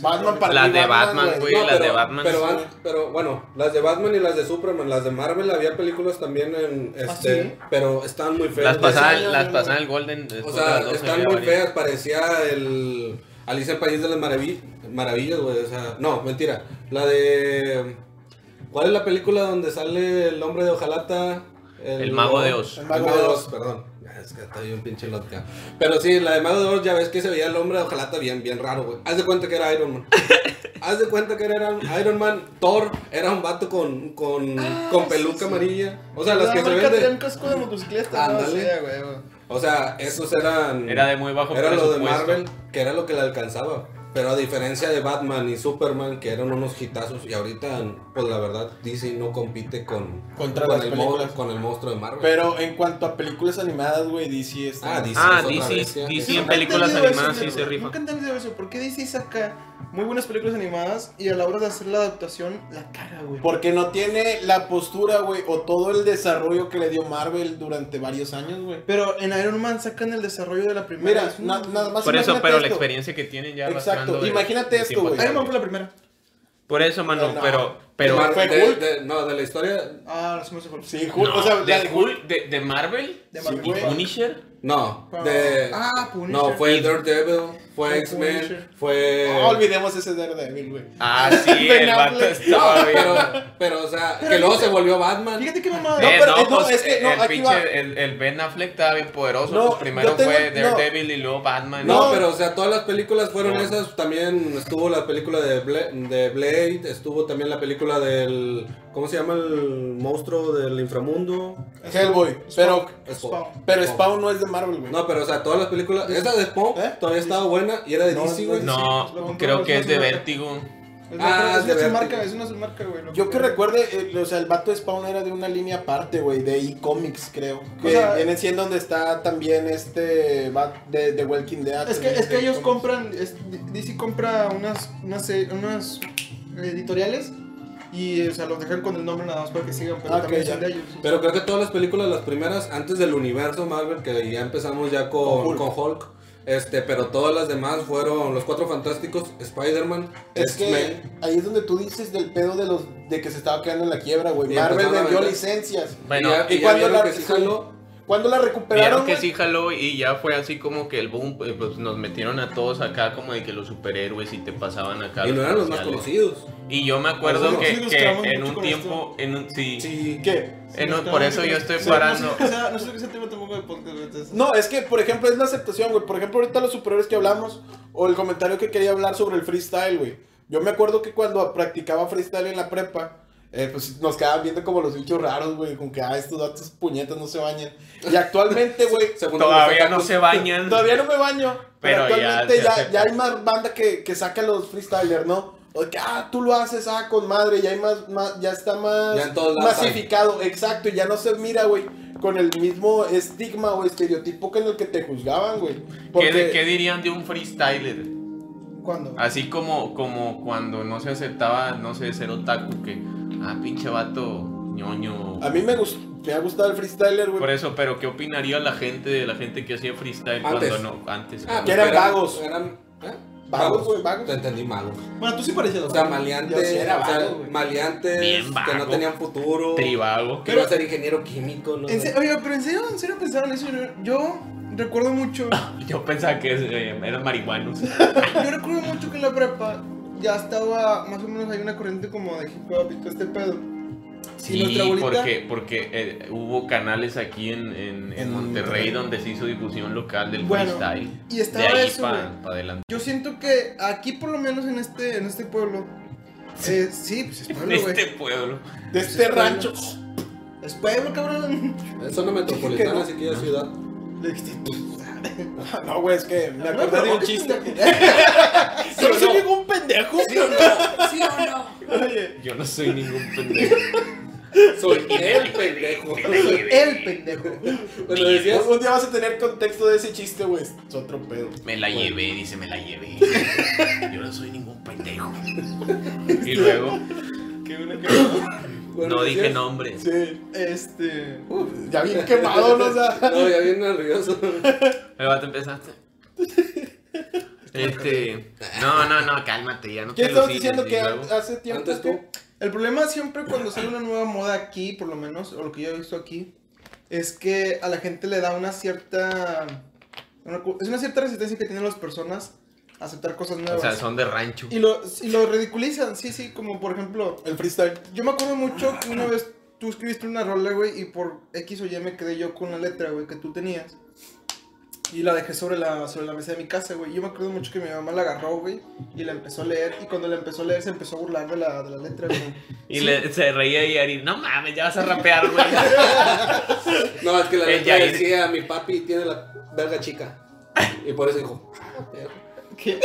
[SPEAKER 4] Batman para
[SPEAKER 2] Las
[SPEAKER 4] mí,
[SPEAKER 2] de Batman, güey,
[SPEAKER 3] No,
[SPEAKER 2] las de
[SPEAKER 3] pero-
[SPEAKER 2] Batman.
[SPEAKER 3] Pero, an- pero, bueno, las de Batman y las de Superman, las de Marvel había películas también en este,
[SPEAKER 1] ¿Ah, sí?
[SPEAKER 3] pero están muy feas.
[SPEAKER 2] Las
[SPEAKER 3] güey.
[SPEAKER 2] pasaban,
[SPEAKER 4] año,
[SPEAKER 2] las
[SPEAKER 4] güey.
[SPEAKER 2] pasaban el Golden.
[SPEAKER 3] O
[SPEAKER 2] después de
[SPEAKER 3] sea,
[SPEAKER 2] las 12
[SPEAKER 3] están
[SPEAKER 2] había
[SPEAKER 3] muy
[SPEAKER 2] varias.
[SPEAKER 3] feas, parecía el Alicia en el País de las Maravi- Maravillas, güey, o sea, no, mentira. La de ¿Cuál es la película donde sale el hombre de hojalata?
[SPEAKER 2] El Mago de Oz.
[SPEAKER 3] El Mago de Oz, perdón. Es que estoy un pinche loca. Pero sí, la de Mago de Oz ya ves que se veía el hombre de hojalata bien, bien raro, güey. Haz de cuenta que era Iron Man. Haz de cuenta que era Iron Man. Thor era un vato con, con, con peluca amarilla. O sea, las que se ven
[SPEAKER 1] traen
[SPEAKER 3] de...
[SPEAKER 1] casco de motocicleta. no,
[SPEAKER 3] Ándale.
[SPEAKER 1] sí, güey, güey.
[SPEAKER 3] O sea, esos eran...
[SPEAKER 2] Era de muy bajo
[SPEAKER 3] Era lo de
[SPEAKER 2] presupuesto.
[SPEAKER 3] Marvel, que era lo que le alcanzaba. Pero a diferencia de Batman y Superman, que eran unos hitazos, y ahorita, pues la verdad, DC no compite con,
[SPEAKER 4] Contra
[SPEAKER 3] con,
[SPEAKER 4] las
[SPEAKER 3] el,
[SPEAKER 4] películas.
[SPEAKER 3] mon- con el monstruo de Marvel.
[SPEAKER 4] Pero en cuanto a películas animadas, güey, DC está.
[SPEAKER 3] ah, DC.
[SPEAKER 2] Ah,
[SPEAKER 3] es otra
[SPEAKER 2] DC,
[SPEAKER 3] bestia.
[SPEAKER 2] DC. Sí, en
[SPEAKER 1] Nunca he
[SPEAKER 2] películas
[SPEAKER 1] entendido
[SPEAKER 2] animadas
[SPEAKER 1] eso,
[SPEAKER 2] sí se
[SPEAKER 1] güey.
[SPEAKER 2] rifa.
[SPEAKER 1] Nunca he entendido eso. ¿Por qué DC saca muy buenas películas animadas y a la hora de hacer la adaptación la cara, güey?
[SPEAKER 4] Porque no tiene la postura, güey, o todo el desarrollo que le dio Marvel durante varios años, güey.
[SPEAKER 1] Pero en Iron Man sacan el desarrollo de la primera. Mm.
[SPEAKER 4] Mira,
[SPEAKER 1] Es un-
[SPEAKER 4] na- nada más.
[SPEAKER 2] Por eso,
[SPEAKER 4] imagínate
[SPEAKER 2] pero la
[SPEAKER 4] esto.
[SPEAKER 2] experiencia que tienen ya
[SPEAKER 4] Exacto,
[SPEAKER 2] arrastrando de- de
[SPEAKER 4] imagínate esto,
[SPEAKER 2] tiempo
[SPEAKER 4] güey.
[SPEAKER 2] atrás.
[SPEAKER 1] Iron Man fue la primera.
[SPEAKER 2] Por eso, mano,
[SPEAKER 4] No, no.
[SPEAKER 2] pero Pero
[SPEAKER 3] Mar-
[SPEAKER 4] fue
[SPEAKER 3] de-
[SPEAKER 4] Hulk.
[SPEAKER 3] de- no, de la historia.
[SPEAKER 1] Ah, se me hace Hulk.
[SPEAKER 4] Sí, Hulk,
[SPEAKER 2] no,
[SPEAKER 4] o sea, la
[SPEAKER 2] de, Hulk, de, de Marvel
[SPEAKER 1] De
[SPEAKER 4] Sí,
[SPEAKER 1] Marvel.
[SPEAKER 2] y
[SPEAKER 4] güey.
[SPEAKER 2] Punisher.
[SPEAKER 3] No,
[SPEAKER 1] Ah.
[SPEAKER 3] de.
[SPEAKER 1] Ah, Punisher.
[SPEAKER 3] No, fue Daredevil,
[SPEAKER 1] Fue
[SPEAKER 3] fue X-Men,
[SPEAKER 1] Punisher.
[SPEAKER 3] fue.
[SPEAKER 4] No olvidemos ese Daredevil, güey.
[SPEAKER 2] Ah, sí, el
[SPEAKER 4] Ben
[SPEAKER 2] vato
[SPEAKER 4] Affleck.
[SPEAKER 2] estaba bien.
[SPEAKER 3] Pero, pero, o sea, que luego se volvió Batman.
[SPEAKER 1] Fíjate qué mamada.
[SPEAKER 4] No,
[SPEAKER 2] Eh,
[SPEAKER 4] pero- no,
[SPEAKER 2] pues,
[SPEAKER 4] es que, no,
[SPEAKER 2] el,
[SPEAKER 4] aquí va.
[SPEAKER 2] pinche, el, el Ben Affleck estaba bien poderoso.
[SPEAKER 4] No,
[SPEAKER 2] pues primero
[SPEAKER 4] yo tengo-
[SPEAKER 2] fue
[SPEAKER 4] no.
[SPEAKER 2] Daredevil y luego Batman.
[SPEAKER 3] No,
[SPEAKER 4] No.
[SPEAKER 3] pero o sea, todas las películas fueron
[SPEAKER 2] No.
[SPEAKER 3] esas. También estuvo la película de, Bla- de Blade, estuvo también la película del. ¿Cómo se llama el monstruo del inframundo?
[SPEAKER 4] Hellboy. Pero,
[SPEAKER 1] Spawn.
[SPEAKER 4] pero Spawn no es de Marvel, güey.
[SPEAKER 3] No, pero o sea, todas las películas. Esa de Spawn
[SPEAKER 4] ¿Eh?
[SPEAKER 3] todavía estaba buena y era de
[SPEAKER 4] No,
[SPEAKER 3] DC,
[SPEAKER 4] no,
[SPEAKER 3] güey.
[SPEAKER 1] Sí,
[SPEAKER 2] No,
[SPEAKER 1] lo compré,
[SPEAKER 2] creo
[SPEAKER 1] pues,
[SPEAKER 2] que
[SPEAKER 1] no
[SPEAKER 2] es
[SPEAKER 1] se
[SPEAKER 2] de
[SPEAKER 1] me-
[SPEAKER 2] Vértigo.
[SPEAKER 1] Es una- es
[SPEAKER 3] Ah, de
[SPEAKER 1] una
[SPEAKER 3] Vertigo.
[SPEAKER 1] submarca, es una submarca, güey. lo
[SPEAKER 4] Yo que recuerde, el- o sea, el vato de Spawn era de una línea aparte, güey, de e-comics, creo. Que
[SPEAKER 1] O sea-
[SPEAKER 4] viene siendo donde está también este bat de, de Walking Dead.
[SPEAKER 1] Es que,
[SPEAKER 4] también,
[SPEAKER 1] es que
[SPEAKER 4] de
[SPEAKER 1] ellos
[SPEAKER 4] cómics.
[SPEAKER 1] compran, es- DC compra unas, unas, se- unas editoriales y o sea, los dejan con el nombre nada más para que sigan, pero
[SPEAKER 4] Ah, ok,
[SPEAKER 1] también son
[SPEAKER 4] ya.
[SPEAKER 1] de ellos.
[SPEAKER 3] Pero creo que todas las películas, las primeras, antes del universo Marvel, que ya empezamos ya con,
[SPEAKER 4] Con Hulk.
[SPEAKER 3] con Hulk. Este, pero todas las demás fueron Los Cuatro Fantásticos, Spider-Man,
[SPEAKER 4] Es que
[SPEAKER 3] X-Men.
[SPEAKER 4] ahí es donde tú dices del pedo de los de que se estaba quedando en la quiebra, güey.
[SPEAKER 3] Y
[SPEAKER 4] Marvel
[SPEAKER 3] empezaron a
[SPEAKER 4] vendió
[SPEAKER 3] vender.
[SPEAKER 4] licencias.
[SPEAKER 2] Bueno,
[SPEAKER 3] y ya,
[SPEAKER 4] ¿y
[SPEAKER 3] y ya
[SPEAKER 4] cuándo
[SPEAKER 3] vieron
[SPEAKER 4] la-
[SPEAKER 3] que sí jaló.
[SPEAKER 4] ¿Cuándo la
[SPEAKER 2] Vieron
[SPEAKER 4] recuperaron?
[SPEAKER 2] que
[SPEAKER 4] güey?
[SPEAKER 2] sí jaló y ya fue así como que el boom, eh, pues nos metieron a todos acá como de que los superhéroes y te pasaban acá.
[SPEAKER 3] Y no eran los más
[SPEAKER 2] comerciales.
[SPEAKER 3] conocidos.
[SPEAKER 2] Y yo me acuerdo
[SPEAKER 1] Algunos
[SPEAKER 2] que,
[SPEAKER 1] sí nos
[SPEAKER 2] que
[SPEAKER 1] quedamos
[SPEAKER 2] en
[SPEAKER 1] mucho
[SPEAKER 2] un
[SPEAKER 1] con
[SPEAKER 2] tiempo, en un, sí,
[SPEAKER 3] Sí.
[SPEAKER 4] ¿Qué?
[SPEAKER 2] en un- Eh, por eso yo estoy parando.
[SPEAKER 1] No sé qué sea tema tampoco de podcast, güey, entonces-
[SPEAKER 4] No, es que, por ejemplo, es la aceptación, güey. Por ejemplo, ahorita los superiores que hablamos, o el comentario que quería hablar sobre el freestyle, güey. Yo me acuerdo que cuando practicaba freestyle en la prepa, eh, pues nos quedaban viendo como los bichos raros, güey. Con que, ah, estos datos puñetas no se bañan. Y actualmente, güey,
[SPEAKER 3] Según
[SPEAKER 2] Todavía
[SPEAKER 3] los
[SPEAKER 2] no
[SPEAKER 3] otakus.
[SPEAKER 2] se bañan.
[SPEAKER 4] todavía no me baño. Pero,
[SPEAKER 2] Pero ya
[SPEAKER 4] actualmente
[SPEAKER 2] se
[SPEAKER 4] ya, ya,
[SPEAKER 2] acepta.
[SPEAKER 4] hay más banda que, que saca los freestylers, ¿no? O que, ah, tú lo haces, ah, con madre, ya hay más, más- ya está más
[SPEAKER 3] Ya en todos lados hay.
[SPEAKER 4] masificado, exacto, y ya no se mira, güey, con el mismo estigma o estereotipo que en el que te juzgaban, güey.
[SPEAKER 2] ¿Qué,
[SPEAKER 4] Porque
[SPEAKER 2] qué dirían de un freestyler?
[SPEAKER 1] ¿Cuándo?
[SPEAKER 2] Así como, como cuando no se aceptaba, no sé, ser otaku, que, ah, pinche vato, ñoño.
[SPEAKER 4] a mí me, gust- me ha gustado el freestyler,
[SPEAKER 2] Por
[SPEAKER 4] güey.
[SPEAKER 2] eso, pero ¿qué opinaría la gente de la gente que hacía freestyle
[SPEAKER 3] Antes.
[SPEAKER 2] cuando no? Antes.
[SPEAKER 3] Ah,
[SPEAKER 4] Que pues, eran
[SPEAKER 3] pero
[SPEAKER 4] vagos.
[SPEAKER 3] Eran. ¿eh?
[SPEAKER 4] Vagos, güey, vagos.
[SPEAKER 3] Te entendí magos.
[SPEAKER 1] Bueno, tú sí parecías.
[SPEAKER 3] O sea,
[SPEAKER 4] Yo
[SPEAKER 3] maleantes.
[SPEAKER 4] sí era
[SPEAKER 3] o sea,
[SPEAKER 4] vago, güey.
[SPEAKER 3] maleantes
[SPEAKER 2] Bien
[SPEAKER 3] que no
[SPEAKER 2] vago.
[SPEAKER 3] tenían futuro.
[SPEAKER 2] Tribago.
[SPEAKER 3] Que iba a ser ingeniero químico, ¿no?
[SPEAKER 1] En se- oye, pero en serio, en serio pensaron eso. Yo, yo recuerdo mucho,
[SPEAKER 2] Yo pensaba que eh, eran marihuanos.
[SPEAKER 1] yo recuerdo mucho que en la prepa ya estaba más o menos hay una corriente como de hip hop y todo este pedo. y nuestra
[SPEAKER 2] Sí,
[SPEAKER 1] abuelita,
[SPEAKER 2] porque, porque eh, hubo canales aquí en, en- en
[SPEAKER 4] En Monterrey.
[SPEAKER 2] Monterrey donde se hizo difusión local del
[SPEAKER 1] Bueno,
[SPEAKER 2] freestyle.
[SPEAKER 1] y
[SPEAKER 2] De
[SPEAKER 1] estaba
[SPEAKER 2] ahí
[SPEAKER 1] eso, güey.
[SPEAKER 2] para adelante.
[SPEAKER 1] Yo siento que aquí, por lo menos en este, en este pueblo, eh, sí, pues es
[SPEAKER 2] En
[SPEAKER 1] pueblo, güey.
[SPEAKER 2] este pueblo.
[SPEAKER 4] De este rancho.
[SPEAKER 1] Es pueblo, cabrón.
[SPEAKER 3] Es zona
[SPEAKER 4] Que no.
[SPEAKER 3] metropolitana, así que ya es ciudad. este
[SPEAKER 4] No, güey, es que me
[SPEAKER 1] No,
[SPEAKER 4] acordé de
[SPEAKER 1] no,
[SPEAKER 4] un
[SPEAKER 1] que
[SPEAKER 4] chiste.
[SPEAKER 1] ¿Sí o
[SPEAKER 4] Yo soy
[SPEAKER 1] no?
[SPEAKER 4] ningún pendejo.
[SPEAKER 1] Oye,
[SPEAKER 2] Yo no soy ningún pendejo.
[SPEAKER 3] Soy el pendejo.
[SPEAKER 1] el pendejo.
[SPEAKER 3] Bueno, decías.
[SPEAKER 4] Un día vas a tener contexto de ese chiste, güey. Es otro pedo.
[SPEAKER 2] Me la llevé, dice, me la llevé. Yo no soy ningún pendejo. Y luego,
[SPEAKER 3] bueno,
[SPEAKER 2] no dije
[SPEAKER 3] decías-
[SPEAKER 2] nombres.
[SPEAKER 4] Sí.
[SPEAKER 1] Este.
[SPEAKER 4] Uf, ya bien quemado, ¿no? O sea,
[SPEAKER 3] No, ya bien nervioso.
[SPEAKER 2] El vato empezaste. Este. No, no, no, cálmate, ya no
[SPEAKER 4] ¿Qué
[SPEAKER 2] te
[SPEAKER 4] estamos
[SPEAKER 2] alucines,
[SPEAKER 4] diciendo
[SPEAKER 2] y
[SPEAKER 4] que
[SPEAKER 2] luego-
[SPEAKER 4] hace tiempo?
[SPEAKER 3] Antes
[SPEAKER 4] que-
[SPEAKER 3] tú.
[SPEAKER 1] El problema siempre cuando sale una nueva moda aquí, por lo menos, o lo que yo he visto aquí, es que a la gente le da una cierta. una cu- es una cierta resistencia que tienen las personas a aceptar cosas
[SPEAKER 2] O
[SPEAKER 1] nuevas.
[SPEAKER 2] sea, son de rancho.
[SPEAKER 1] Ah, y, lo, y lo ridiculizan, sí, sí, como por ejemplo.
[SPEAKER 4] El freestyle.
[SPEAKER 1] Yo me acuerdo mucho que una vez tú escribiste una rola, güey, y por X o Y me quedé yo con la letra, güey, que tú tenías. Y la dejé sobre la, sobre la mesa de mi casa, güey. Yo me acuerdo mucho que mi mamá la agarró, güey, y la empezó a leer. Y cuando la empezó a leer, se empezó a burlar de la, de la letra, güey.
[SPEAKER 2] Y le, se reía y Ari, no mames, ya vas a rapear, güey.
[SPEAKER 3] No, es que la
[SPEAKER 2] El
[SPEAKER 3] letra
[SPEAKER 2] Yair.
[SPEAKER 3] decía: mi papi tiene la verga chica. Y por eso dijo: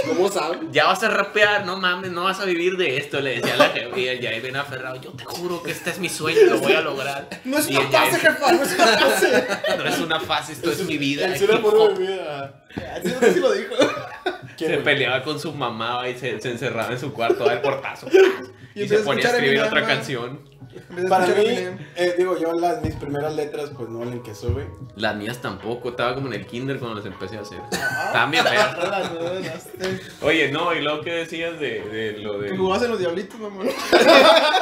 [SPEAKER 3] ¿Cómo sabe?
[SPEAKER 2] Ya vas a rapear, no mames, no vas a vivir de esto. Le decía la jefe y el Jair bien aferrado. Yo te juro que este es mi sueño, lo voy a lograr.
[SPEAKER 1] No es
[SPEAKER 2] Y
[SPEAKER 1] una
[SPEAKER 2] el Yair,
[SPEAKER 1] fase, jefa, no es una fase.
[SPEAKER 2] No es una fase, esto es mi vida.
[SPEAKER 4] El
[SPEAKER 2] el
[SPEAKER 4] sí era
[SPEAKER 2] hip
[SPEAKER 4] puro
[SPEAKER 2] hop.
[SPEAKER 4] de vida.
[SPEAKER 1] Así no sé si lo dijo.
[SPEAKER 4] ¿Quién,
[SPEAKER 2] Se
[SPEAKER 4] güey?
[SPEAKER 2] peleaba con su mamá y se, se encerraba en su cuarto a dar portazo.
[SPEAKER 1] Y
[SPEAKER 2] Y,
[SPEAKER 1] empezó
[SPEAKER 2] se
[SPEAKER 1] a
[SPEAKER 2] ponía a
[SPEAKER 1] escuchar
[SPEAKER 2] escribir
[SPEAKER 1] Eminem,
[SPEAKER 2] otra
[SPEAKER 1] ¿no?
[SPEAKER 2] canción.
[SPEAKER 1] En vez de
[SPEAKER 4] Para mí,
[SPEAKER 1] escuchar Eminem.
[SPEAKER 4] eh, digo yo, las mis primeras letras, pues no valen queso, güey.
[SPEAKER 2] Las mías tampoco, estaba como en el kinder cuando las empecé a hacer. También,
[SPEAKER 1] Las novelas, eh.
[SPEAKER 2] Oye, no, y luego que decías de, de lo de...
[SPEAKER 1] Que jugabas en los diablitos, mamón.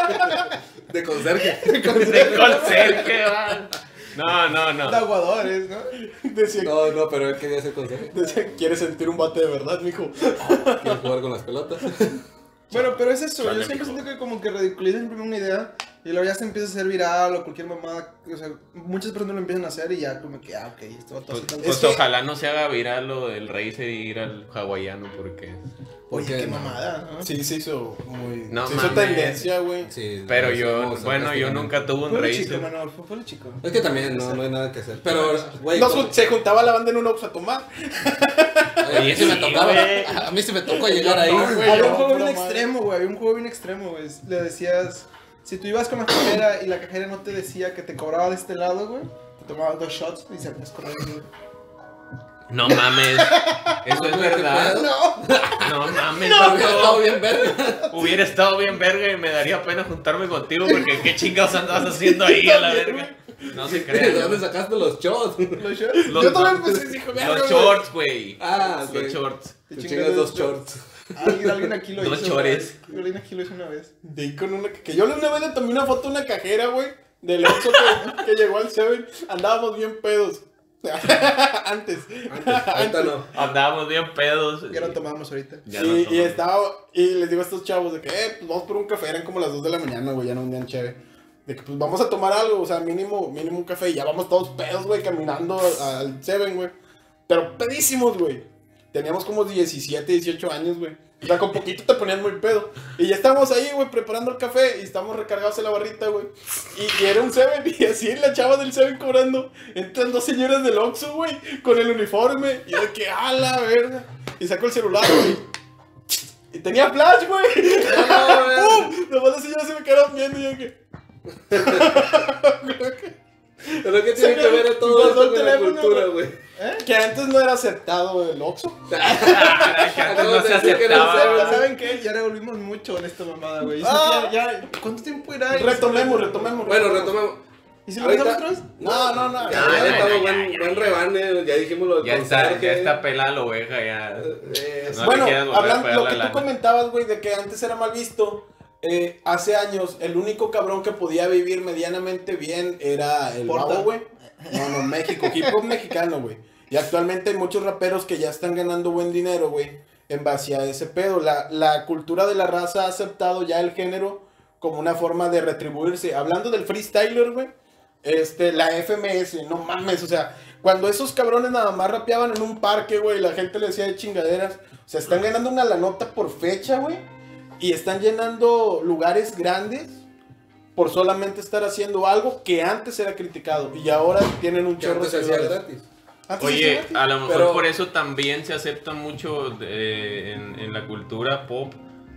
[SPEAKER 3] De conserje.
[SPEAKER 2] de conserje, va. No, no, no.
[SPEAKER 1] De aguadores, ¿no?
[SPEAKER 4] Decía,
[SPEAKER 3] No, no, pero él quería ser conserje.
[SPEAKER 4] decía, ¿quieres sentir un bate de verdad, mijo?
[SPEAKER 3] Quiere jugar con las pelotas.
[SPEAKER 1] Bueno, pero es eso.
[SPEAKER 2] Dale,
[SPEAKER 1] Yo siempre
[SPEAKER 2] mijo.
[SPEAKER 1] siento que como que ridiculizan primero una idea y luego ya se empieza a hacer viral o cualquier mamada. O sea, muchas personas lo empiezan a hacer y ya como que, ah, ok, esto va todo
[SPEAKER 2] Pues,
[SPEAKER 1] así tal
[SPEAKER 2] pues
[SPEAKER 1] vez.
[SPEAKER 4] que-
[SPEAKER 2] ojalá no se haga viral lo del rey se ir al hawaiano porque...
[SPEAKER 1] Oye,
[SPEAKER 3] porque
[SPEAKER 1] qué
[SPEAKER 3] no.
[SPEAKER 1] mamada, ¿no?
[SPEAKER 4] Sí, se hizo muy.
[SPEAKER 2] No
[SPEAKER 4] se hizo
[SPEAKER 2] mames.
[SPEAKER 4] tendencia, güey.
[SPEAKER 3] Sí,
[SPEAKER 2] Pero
[SPEAKER 3] es
[SPEAKER 2] yo,
[SPEAKER 3] como
[SPEAKER 2] bueno, yo
[SPEAKER 3] sarcásticamente.
[SPEAKER 2] nunca tuve un
[SPEAKER 1] Fue
[SPEAKER 2] rey.
[SPEAKER 1] chico, Manuel, fue, fue chico.
[SPEAKER 3] Es que también no, no hay nada que hacer. Pero, güey.
[SPEAKER 4] No,
[SPEAKER 3] como-
[SPEAKER 4] se juntaba la banda en un Ops a tomar.
[SPEAKER 3] a mí sí me
[SPEAKER 2] Sí,
[SPEAKER 3] tocaba.
[SPEAKER 2] güey.
[SPEAKER 3] A mí sí me tocó llegar ahí.
[SPEAKER 4] no, güey.
[SPEAKER 1] Había un
[SPEAKER 4] no,
[SPEAKER 1] juego
[SPEAKER 4] pura
[SPEAKER 1] bien
[SPEAKER 4] madre.
[SPEAKER 1] extremo, güey. Había un juego bien extremo, güey. Le decías. Si tú ibas con la cajera y la cajera no te decía que te cobraba de este lado, güey, te tomabas dos shots y salías con él.
[SPEAKER 2] No mames. Eso es verdad.
[SPEAKER 1] No,
[SPEAKER 2] No mames.
[SPEAKER 3] No,
[SPEAKER 2] loco.
[SPEAKER 3] estado bien verga.
[SPEAKER 2] Hubiera estado bien verga y me daría pena juntarme contigo porque qué chingados andabas haciendo ahí a la verga. No se
[SPEAKER 3] ¿De
[SPEAKER 2] crean.
[SPEAKER 3] dónde sacaste los shots?
[SPEAKER 1] los shots.
[SPEAKER 2] Los-
[SPEAKER 1] Yo también
[SPEAKER 4] pues,
[SPEAKER 1] pensé, dijo, verga,
[SPEAKER 2] Los
[SPEAKER 1] güey.
[SPEAKER 2] shorts, güey.
[SPEAKER 3] Ah,
[SPEAKER 2] Los
[SPEAKER 3] sí.
[SPEAKER 2] shorts.
[SPEAKER 3] Te
[SPEAKER 1] Te
[SPEAKER 3] chingas
[SPEAKER 1] chingas
[SPEAKER 3] dos
[SPEAKER 1] dos
[SPEAKER 3] shorts.
[SPEAKER 1] Alguien, alguien aquí lo
[SPEAKER 2] Dos
[SPEAKER 1] hizo.
[SPEAKER 2] chores.
[SPEAKER 1] güey. Alguien aquí lo hizo una vez.
[SPEAKER 4] De ahí con una. Que yo le una vez le tomé una foto a una cajera, güey. Del Oxxo que, que llegó al Seven. Andábamos bien pedos. Antes.
[SPEAKER 3] Antes, ahorita no.
[SPEAKER 2] Andábamos bien pedos.
[SPEAKER 1] Ya lo tomamos ahorita.
[SPEAKER 2] Ya
[SPEAKER 4] y,
[SPEAKER 2] no
[SPEAKER 4] y
[SPEAKER 2] tomamos.
[SPEAKER 4] estaba, y les digo a estos chavos de que, eh, pues vamos por un café, eran como las 2 de la mañana, güey, ya no vendían chévere. De que, pues vamos a tomar algo, o sea, mínimo, mínimo un café, y ya vamos todos pedos, güey, caminando al Seven, güey. Pero pedísimos, güey. Teníamos como 17, 18 años, güey. O sea, con poquito te ponían muy pedo. Y ya estábamos ahí, güey, preparando el café y estábamos recargados en la barrita, güey. Y, y era un Seven, y así la chava del Seven cobrando. Entran dos señoras del Oxxo, güey, con el uniforme. Y yo de que, a la verga. Y sacó el celular, güey. Y tenía flash, güey. ¡Pum! Nomás las señoras se me quedaron viendo y yo que.
[SPEAKER 3] Pero ¿qué tiene que ver todo esto
[SPEAKER 4] Guardó el
[SPEAKER 3] con la
[SPEAKER 4] teléfono,
[SPEAKER 3] cultura, güey?
[SPEAKER 4] Que antes no era aceptado el Oxxo.
[SPEAKER 2] Ay, que antes no
[SPEAKER 3] Acabas
[SPEAKER 2] se
[SPEAKER 3] de decir que no
[SPEAKER 2] aceptaba.
[SPEAKER 1] Pero, ¿saben qué? Ya revolvimos mucho en esta mamada, güey. Y
[SPEAKER 4] Ah.
[SPEAKER 1] si ya, ya, ¿Cuánto tiempo era?
[SPEAKER 4] Retomemos, retomemos.
[SPEAKER 3] Bueno, retomamos.
[SPEAKER 1] ¿Y si lo ves
[SPEAKER 3] Ahorita-
[SPEAKER 1] nosotros?
[SPEAKER 4] No, no, no.
[SPEAKER 3] Ya,
[SPEAKER 2] No,
[SPEAKER 3] ya
[SPEAKER 2] no,
[SPEAKER 3] estamos
[SPEAKER 2] no,
[SPEAKER 3] buen,
[SPEAKER 2] ya,
[SPEAKER 3] buen rebane, ya dijimos lo del
[SPEAKER 2] Ya está,
[SPEAKER 3] conserje.
[SPEAKER 2] ya está pelada la oveja, ya.
[SPEAKER 3] Eh,
[SPEAKER 2] No,
[SPEAKER 4] bueno,
[SPEAKER 2] que quieras volver a
[SPEAKER 4] hablando
[SPEAKER 2] pagar
[SPEAKER 4] lo
[SPEAKER 2] la
[SPEAKER 4] que tú
[SPEAKER 2] lana.
[SPEAKER 4] comentabas, güey, de que antes era mal visto. eh, hace años, el único cabrón que podía vivir medianamente bien era el
[SPEAKER 1] Porta.
[SPEAKER 4] Babo, güey. No, no, México, hip hop mexicano, güey. Y actualmente hay muchos raperos que ya están ganando buen dinero, güey, en base a ese pedo. La, la cultura de la raza ha aceptado ya el género como una forma de retribuirse. Hablando del freestyler, güey, este, la FMS, no mames, o sea, cuando esos cabrones nada más rapeaban en un parque, güey, la gente le decía de chingaderas, o sea, están ganando una lanota por fecha, güey, y están llenando lugares grandes por solamente estar haciendo algo que antes era criticado y ahora tienen un
[SPEAKER 3] que
[SPEAKER 4] chorro de
[SPEAKER 3] antes se hacía
[SPEAKER 4] seguidores. Ah,
[SPEAKER 3] gratis.
[SPEAKER 4] Antes
[SPEAKER 2] Oye,
[SPEAKER 4] hacía
[SPEAKER 2] a
[SPEAKER 4] gratis.
[SPEAKER 2] lo mejor
[SPEAKER 3] pero-
[SPEAKER 2] por eso también se acepta mucho eh, en, en la cultura pop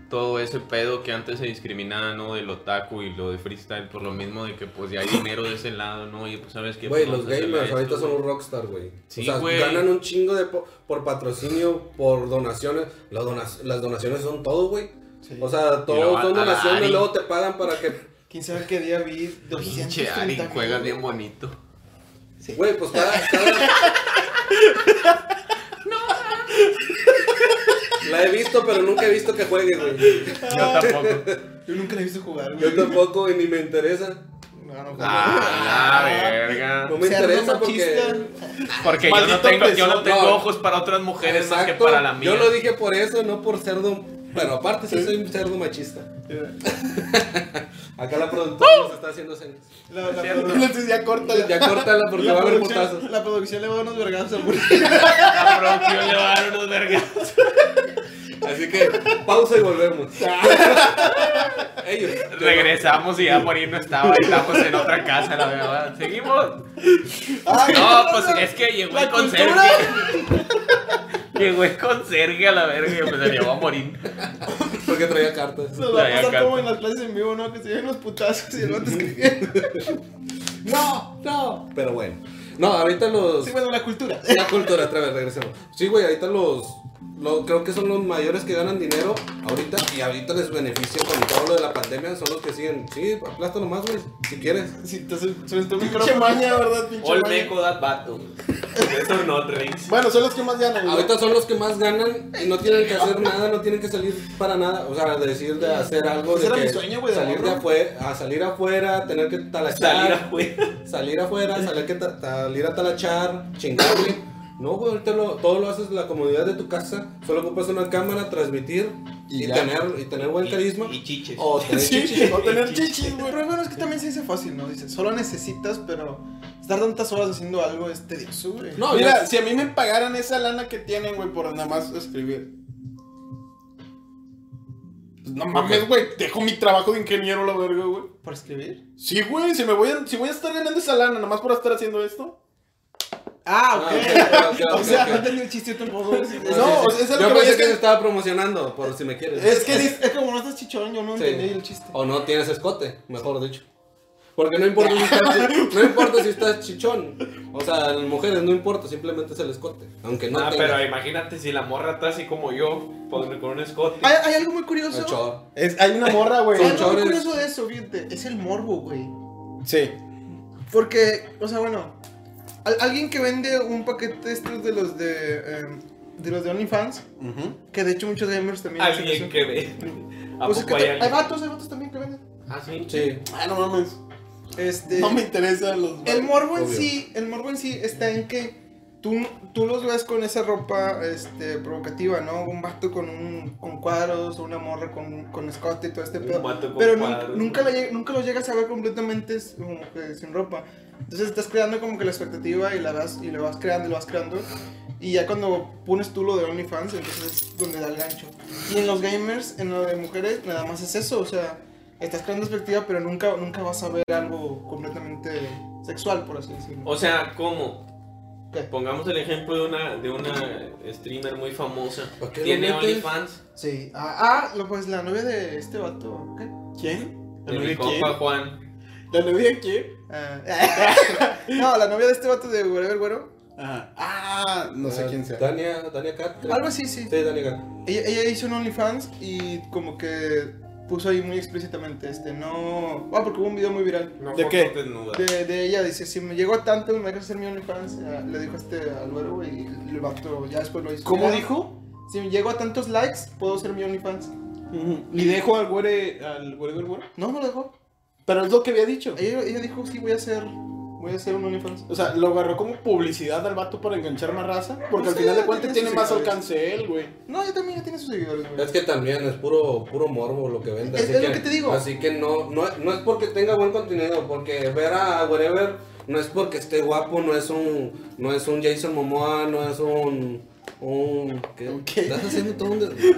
[SPEAKER 2] todo ese pedo que antes se discriminaba, ¿no? Del otaku y lo de freestyle, por lo mismo de que pues ya hay dinero de ese lado, ¿no? Y pues sabes que...
[SPEAKER 3] Güey, los gamers ahorita son un rockstar, güey.
[SPEAKER 2] Sí,
[SPEAKER 3] o sea,
[SPEAKER 2] güey.
[SPEAKER 3] ganan un chingo de po- por patrocinio, por donaciones. Las, dona- las donaciones son todo, güey.
[SPEAKER 1] Sí.
[SPEAKER 3] O sea,
[SPEAKER 2] Y luego
[SPEAKER 3] todo son
[SPEAKER 2] a la
[SPEAKER 3] donaciones,
[SPEAKER 2] Ari.
[SPEAKER 3] luego te pagan para que.
[SPEAKER 1] ¿Quién sabe qué día vi?
[SPEAKER 2] Pinche
[SPEAKER 1] 230
[SPEAKER 2] Ari,
[SPEAKER 1] mil,
[SPEAKER 2] juegas
[SPEAKER 1] güey.
[SPEAKER 2] bien bonito.
[SPEAKER 3] Güey, pues cada. cada... La he visto, pero nunca he visto que juegue, güey.
[SPEAKER 2] Yo tampoco.
[SPEAKER 1] Yo nunca la he visto jugar, güey.
[SPEAKER 3] Yo tampoco, y ni me interesa.
[SPEAKER 1] No, no, güey.
[SPEAKER 2] Ah, la verga.
[SPEAKER 3] No me
[SPEAKER 1] Cerdo
[SPEAKER 3] interesa porque.
[SPEAKER 1] machista.
[SPEAKER 2] Porque yo no
[SPEAKER 4] Maldito
[SPEAKER 2] tengo, yo no
[SPEAKER 3] pezón,
[SPEAKER 2] tengo
[SPEAKER 3] no.
[SPEAKER 2] ojos para otras mujeres más que
[SPEAKER 3] Exacto,
[SPEAKER 2] para la mía.
[SPEAKER 3] Yo lo dije por eso, no por cerdo. Bueno, aparte sí soy un cerdo machista. Acá la productora nos está haciendo señas.
[SPEAKER 1] La, la,
[SPEAKER 2] Cerdo.
[SPEAKER 1] produ-
[SPEAKER 4] Entonces ya corta la-
[SPEAKER 3] Ya córtala porque
[SPEAKER 1] la
[SPEAKER 3] va a haber putazos.
[SPEAKER 1] producción, la producción le va a unos vergazos al burro.
[SPEAKER 2] La producción le va a dar unos vergas.
[SPEAKER 3] Así que pausa y volvemos. Ellos.
[SPEAKER 2] Regresamos y ya por ahí no estaba, estamos en otra casa, la verdad. Seguimos. no, pues es que llegó el conserje. llegó el conserje a la verga y pues se llevó a morir.
[SPEAKER 3] Porque traía cartas.
[SPEAKER 1] Nos va
[SPEAKER 2] Ya,
[SPEAKER 1] a
[SPEAKER 2] ya
[SPEAKER 1] pasar
[SPEAKER 2] canta.
[SPEAKER 1] como en las clases en vivo, ¿no? Que se lleven los putazos y el vato escribiendo.
[SPEAKER 3] No, no. Pero bueno. No, ahorita los.
[SPEAKER 1] Sí, bueno, la cultura.
[SPEAKER 3] La cultura, otra vez, regresemos. Sí, güey, ahorita los, los- Creo que son los mayores que ganan dinero ahorita y ahorita les beneficia con todo lo de la pandemia. Son los que siguen. Sí, aplasta nomás, güey, si quieres.
[SPEAKER 1] Sí, entonces, sobre todo
[SPEAKER 4] ah, Pinche maña, ¿verdad? Pinche
[SPEAKER 5] All
[SPEAKER 4] maña.
[SPEAKER 5] Meco that battle. Better not rings.
[SPEAKER 4] Bueno, son los que más ganan, güey.
[SPEAKER 3] Ahorita son los que más ganan y no tienen que hacer nada, no tienen que salir para nada. O sea, decir de hacer algo.
[SPEAKER 4] Pues
[SPEAKER 1] Ese
[SPEAKER 3] De
[SPEAKER 1] era
[SPEAKER 3] que
[SPEAKER 1] mi sueño, güey, de
[SPEAKER 3] salir de
[SPEAKER 1] morro.
[SPEAKER 3] afuera, a salir afuera, tener que talachar.
[SPEAKER 5] Salir
[SPEAKER 1] Ah,
[SPEAKER 5] afuera.
[SPEAKER 3] salir afuera, salir, que ta- salir a talachar, chingarle. No, güey, ahorita lo- todo lo haces en la comodidad de tu casa. Solo ocupas una cámara, transmitir y,
[SPEAKER 4] Y ya.
[SPEAKER 3] tener, y tener buen
[SPEAKER 5] Y-
[SPEAKER 3] carisma.
[SPEAKER 5] Y chiches.
[SPEAKER 1] Oh,
[SPEAKER 3] O tener
[SPEAKER 4] Sí,
[SPEAKER 3] chichis.
[SPEAKER 4] o tener chichis,
[SPEAKER 1] Pero
[SPEAKER 4] güey.
[SPEAKER 1] bueno, es que también se dice fácil, ¿no? Dice, solo necesitas, pero estar tantas horas haciendo algo es tedioso, güey.
[SPEAKER 3] No,
[SPEAKER 4] Mira,
[SPEAKER 3] yo-
[SPEAKER 4] si a mí me pagaran esa lana que tienen, güey, por nada más escribir. Pues No mames, güey, dejo mi trabajo de ingeniero a la verga, güey.
[SPEAKER 1] ¿Por escribir?
[SPEAKER 4] Sí, güey, si me voy a, si voy a estar ganando esa lana nada más por estar haciendo esto.
[SPEAKER 1] Ah,
[SPEAKER 3] Ah,
[SPEAKER 1] ok.
[SPEAKER 3] ok, ok, ok,
[SPEAKER 1] o sea,
[SPEAKER 3] ok.
[SPEAKER 1] no entendí el chiste tampoco. Es,
[SPEAKER 3] Ah, sí,
[SPEAKER 4] no,
[SPEAKER 3] sí.
[SPEAKER 4] o sea, es a lo
[SPEAKER 3] yo
[SPEAKER 4] que voy,
[SPEAKER 3] pensé
[SPEAKER 4] es
[SPEAKER 3] que
[SPEAKER 4] que-
[SPEAKER 3] te estaba promocionando, por si me quieres.
[SPEAKER 4] Es que
[SPEAKER 1] es,
[SPEAKER 4] dice.
[SPEAKER 1] es como no estás chichón, yo no
[SPEAKER 3] Sí.
[SPEAKER 1] entendí el chiste.
[SPEAKER 3] O no tienes escote, mejor dicho. Porque no importa, si estás, no importa si estás chichón. O sea, en mujeres no importa, simplemente es el escote. Aunque no
[SPEAKER 5] ah,
[SPEAKER 3] tengas
[SPEAKER 5] pero imagínate si la morra está así como yo, con, con un escote.
[SPEAKER 1] Hay, hay algo muy
[SPEAKER 3] el
[SPEAKER 1] curioso.
[SPEAKER 3] chor.
[SPEAKER 4] es- hay una morra, güey.
[SPEAKER 1] Hay
[SPEAKER 3] Son
[SPEAKER 1] algo muy
[SPEAKER 3] chores.
[SPEAKER 1] curioso de eso, fíjate. Es el morbo, güey.
[SPEAKER 4] Sí.
[SPEAKER 1] Porque, o sea, bueno, al- alguien que vende un paquete estos de los de, eh, de los de OnlyFans, que de hecho muchos gamers también. hacen
[SPEAKER 5] Alguien
[SPEAKER 1] eso.
[SPEAKER 5] que ve. ¿A
[SPEAKER 1] Ah, Pues es
[SPEAKER 5] poco hay
[SPEAKER 1] que ta- hay
[SPEAKER 5] alguien?
[SPEAKER 1] vatos, hay vatos también que venden.
[SPEAKER 5] Ah, sí.
[SPEAKER 3] Sí.
[SPEAKER 4] Ah, no mames.
[SPEAKER 1] Este,
[SPEAKER 4] No me interesan los.
[SPEAKER 1] el morbo en
[SPEAKER 3] Obvio.
[SPEAKER 1] sí, el morbo en sí está en que tú, tú los ves con esa ropa este, provocativa, ¿no? Un vato con un con cuadros o una morra con, con escote y todo este
[SPEAKER 5] Un
[SPEAKER 1] pedo.
[SPEAKER 5] vato con
[SPEAKER 1] Pero nun-
[SPEAKER 5] cuadros.
[SPEAKER 1] nunca, la lleg- nunca lo llegas a ver completamente s- como que sin ropa. Entonces estás creando como que la expectativa y la vas, y lo vas creando y lo vas creando. Y ya cuando pones tú lo de OnlyFans, entonces es donde da el gancho. Y en los gamers, en lo de mujeres, nada más es eso. O sea, estás creando expectativa, pero nunca, nunca vas a ver algo completamente sexual, por así decirlo.
[SPEAKER 5] O sea, ¿cómo?
[SPEAKER 1] ¿Qué?
[SPEAKER 5] Pongamos el ejemplo de una, de una streamer muy famosa.
[SPEAKER 3] ¿Por qué lo
[SPEAKER 5] Tiene
[SPEAKER 3] metes?
[SPEAKER 5] OnlyFans.
[SPEAKER 1] Sí. Ah, ah, lo- pues la novia de este vato. ¿Qué?
[SPEAKER 4] ¿Quién? ¿La
[SPEAKER 5] De mi
[SPEAKER 4] novia
[SPEAKER 5] compa
[SPEAKER 4] quién?
[SPEAKER 5] Juan.
[SPEAKER 4] ¿La novia quién?
[SPEAKER 1] Ah, no, la novia de este vato de Whatever Güero.
[SPEAKER 4] Ajá. Ah, no sé
[SPEAKER 3] Ah,
[SPEAKER 4] quién sea.
[SPEAKER 3] Dania, Dania Cat. creo.
[SPEAKER 1] Algo así, sí.
[SPEAKER 3] Sí, Dania Cat.
[SPEAKER 1] Ella, ella hizo un OnlyFans y como que puso ahí muy explícitamente, este, no... Ah, porque hubo un video muy viral.
[SPEAKER 5] No,
[SPEAKER 4] ¿De
[SPEAKER 5] fotos
[SPEAKER 4] qué?
[SPEAKER 5] desnudas.
[SPEAKER 1] De, de ella dice, si me llegó a tanto, me dejas hacer mi OnlyFans, Ah, le dijo este al güero y el vato ya después lo hizo.
[SPEAKER 4] ¿Cómo
[SPEAKER 1] Ya,
[SPEAKER 4] dijo?
[SPEAKER 1] Si me llegó a tantos likes, puedo hacer mi OnlyFans.
[SPEAKER 4] Y dejo al güere. al güere, güere, güere.
[SPEAKER 1] No, no lo dejó.
[SPEAKER 4] Pero es lo que había dicho.
[SPEAKER 1] Ella, ella dijo, sí, voy a hacer, voy a hacer un OnlyFans.
[SPEAKER 4] O sea, lo agarró como publicidad al vato para enganchar más raza.
[SPEAKER 1] Pues
[SPEAKER 4] Porque al
[SPEAKER 1] sí,
[SPEAKER 4] final de
[SPEAKER 1] ya
[SPEAKER 4] cuentas
[SPEAKER 1] tiene
[SPEAKER 4] tiene más
[SPEAKER 1] seguidores.
[SPEAKER 4] alcance él, güey.
[SPEAKER 1] No, ella también ya tiene sus seguidores, güey.
[SPEAKER 3] Es que también es puro, puro morbo lo que vende.
[SPEAKER 1] Es- es lo que te digo.
[SPEAKER 3] Así que no, no, no es porque tenga buen contenido, porque ver a Wherever no es porque esté guapo, no es un, no es un Jason Momoa, no es un, un, ¿qué?
[SPEAKER 1] ¿Qué?
[SPEAKER 3] Estás haciendo todo un... des-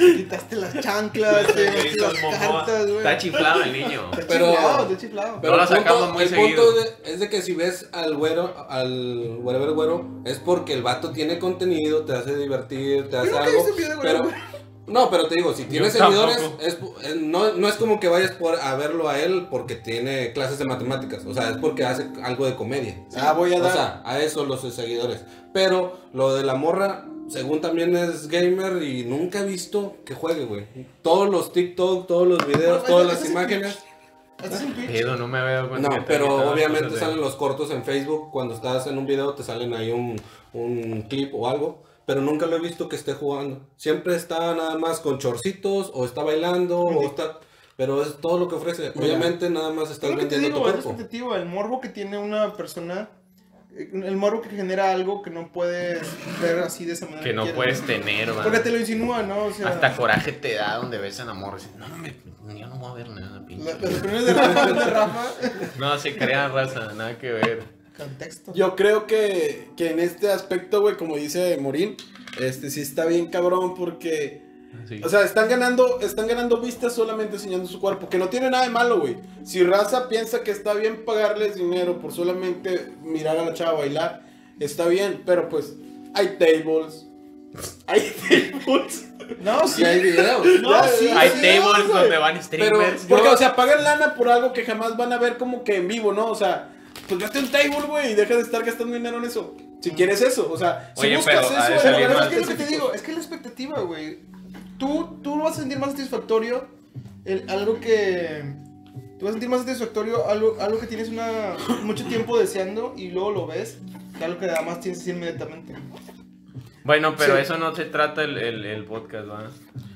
[SPEAKER 1] Te Quitaste las chanclas, te metiste las
[SPEAKER 5] Jason Momoa.
[SPEAKER 1] cartas, güey.
[SPEAKER 2] Está chiflado el niño.
[SPEAKER 1] Está
[SPEAKER 3] pero-
[SPEAKER 1] chiflado, está chiflado.
[SPEAKER 2] No la
[SPEAKER 3] el punto-
[SPEAKER 2] sacamos muy
[SPEAKER 3] el punto
[SPEAKER 2] seguido.
[SPEAKER 3] de- es de que si ves al güero, al Wherever güero, es porque el vato tiene contenido, te hace divertir, te hace
[SPEAKER 1] nunca he
[SPEAKER 3] algo.
[SPEAKER 1] visto un video de Wherever
[SPEAKER 3] pero, no, pero te digo, si tienes
[SPEAKER 2] tampoco.
[SPEAKER 3] seguidores, es po- eh, no, no es como que vayas por a verlo a él porque tiene clases de matemáticas. O sea, es porque hace algo de comedia.
[SPEAKER 4] Ah, voy a
[SPEAKER 3] O
[SPEAKER 4] dar.
[SPEAKER 3] sea, a eso los seguidores. Pero lo de la morra, según también es gamer y nunca he visto que juegue, güey. Todos los TikTok, todos los videos,
[SPEAKER 1] No,
[SPEAKER 3] todas
[SPEAKER 1] eso-
[SPEAKER 3] las
[SPEAKER 1] eso es
[SPEAKER 3] imágenes.
[SPEAKER 1] Este es un pitch.
[SPEAKER 2] Pedo, no me había dado cuenta.
[SPEAKER 3] No,
[SPEAKER 2] que te quitaban
[SPEAKER 3] pero obviamente
[SPEAKER 2] cosas de-
[SPEAKER 3] salen los cortos en Facebook. Cuando estás en un video te salen ahí un, un clip o algo. Pero nunca lo he visto que esté jugando. Siempre está nada más con chorcitos o está bailando o está... Pero es todo lo que ofrece. Obviamente nada más
[SPEAKER 1] Es
[SPEAKER 3] estás
[SPEAKER 1] lo que te
[SPEAKER 3] vendiendo tu
[SPEAKER 1] digo, es
[SPEAKER 3] cuerpo.
[SPEAKER 1] expectativa, el morbo que tiene una persona, eh, el morbo que genera algo que no puedes ver así de esa manera.
[SPEAKER 2] Que no
[SPEAKER 1] quieres.
[SPEAKER 2] puedes tener, va.
[SPEAKER 1] Porque te lo insinúa, ¿no? O sea,
[SPEAKER 2] Hasta coraje te da donde ves al amor. Dices, no, me, yo no voy a ver nada,
[SPEAKER 1] la-
[SPEAKER 2] pinche.
[SPEAKER 1] las opiniones de Rafa, de Rafa,
[SPEAKER 2] No, se crean raza, nada que ver.
[SPEAKER 1] contexto.
[SPEAKER 4] Yo creo que, que en este aspecto, güey, como dice Morín, este sí está bien cabrón porque.
[SPEAKER 2] Sí.
[SPEAKER 4] O sea, están ganando, están ganando vistas solamente enseñando su cuerpo, que no tiene nada de malo, güey. Si Raza piensa que está bien pagarles dinero por solamente mirar a la chava bailar, está bien, pero pues hay tables. Hay tables.
[SPEAKER 1] No,
[SPEAKER 3] Y
[SPEAKER 1] sí.
[SPEAKER 3] hay videos.
[SPEAKER 1] No, sí.
[SPEAKER 2] Hay
[SPEAKER 1] sí,
[SPEAKER 2] tables
[SPEAKER 4] Ah, güey.
[SPEAKER 2] donde van
[SPEAKER 3] Pero-
[SPEAKER 2] streamers.
[SPEAKER 4] Porque, o sea, pagan lana por algo que jamás van a ver como que en vivo, ¿no? O sea, pues vete a un table, güey, y deja de estar gastando dinero en eso. Si quieres eso, o sea, si
[SPEAKER 2] Mm. Oye,
[SPEAKER 4] buscas
[SPEAKER 2] pero, a ver,
[SPEAKER 4] eso,
[SPEAKER 2] salió
[SPEAKER 4] en
[SPEAKER 1] Pero
[SPEAKER 4] lugares
[SPEAKER 1] es que es lo que te
[SPEAKER 4] específicos.
[SPEAKER 1] digo, es que la expectativa, güey. Tú, tú vas a sentir más satisfactorio el- algo que. Tú vas a sentir más satisfactorio algo, algo que tienes una, mucho tiempo deseando y luego lo ves que algo que además tienes así inmediatamente.
[SPEAKER 2] Bueno, pero
[SPEAKER 1] Sí.
[SPEAKER 2] eso no se trata el, el- el podcast, ¿va?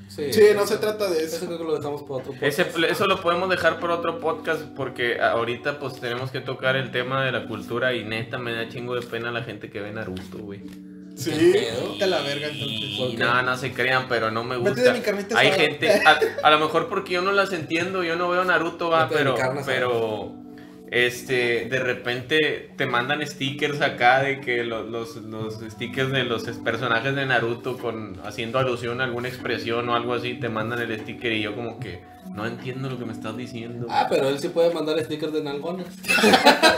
[SPEAKER 4] Sí, no se trata de
[SPEAKER 3] Eso
[SPEAKER 4] eso.
[SPEAKER 3] creo que lo dejamos para otro podcast.
[SPEAKER 2] Ese, eso lo podemos dejar por otro podcast porque ahorita pues tenemos que tocar el tema de la cultura y neta me da chingo de pena la gente que ve Naruto, güey.
[SPEAKER 4] Sí.
[SPEAKER 1] Vete a la verga entonces.
[SPEAKER 2] Y no, no se crean, pero no me
[SPEAKER 1] Vete
[SPEAKER 2] gusta.
[SPEAKER 1] de mi carnita
[SPEAKER 2] Hay
[SPEAKER 1] asada.
[SPEAKER 2] gente, a, a lo mejor porque yo no las entiendo, yo no veo Naruto, va,
[SPEAKER 3] Vete de
[SPEAKER 2] pero,
[SPEAKER 3] mi carne asada.
[SPEAKER 2] pero, este, de repente te mandan stickers acá de que lo- los, los stickers de los personajes de Naruto con, haciendo alusión a alguna expresión o algo así, te mandan el sticker y yo como que no entiendo lo que me estás diciendo.
[SPEAKER 3] Ah, pero él sí puede mandar stickers de nalgonas.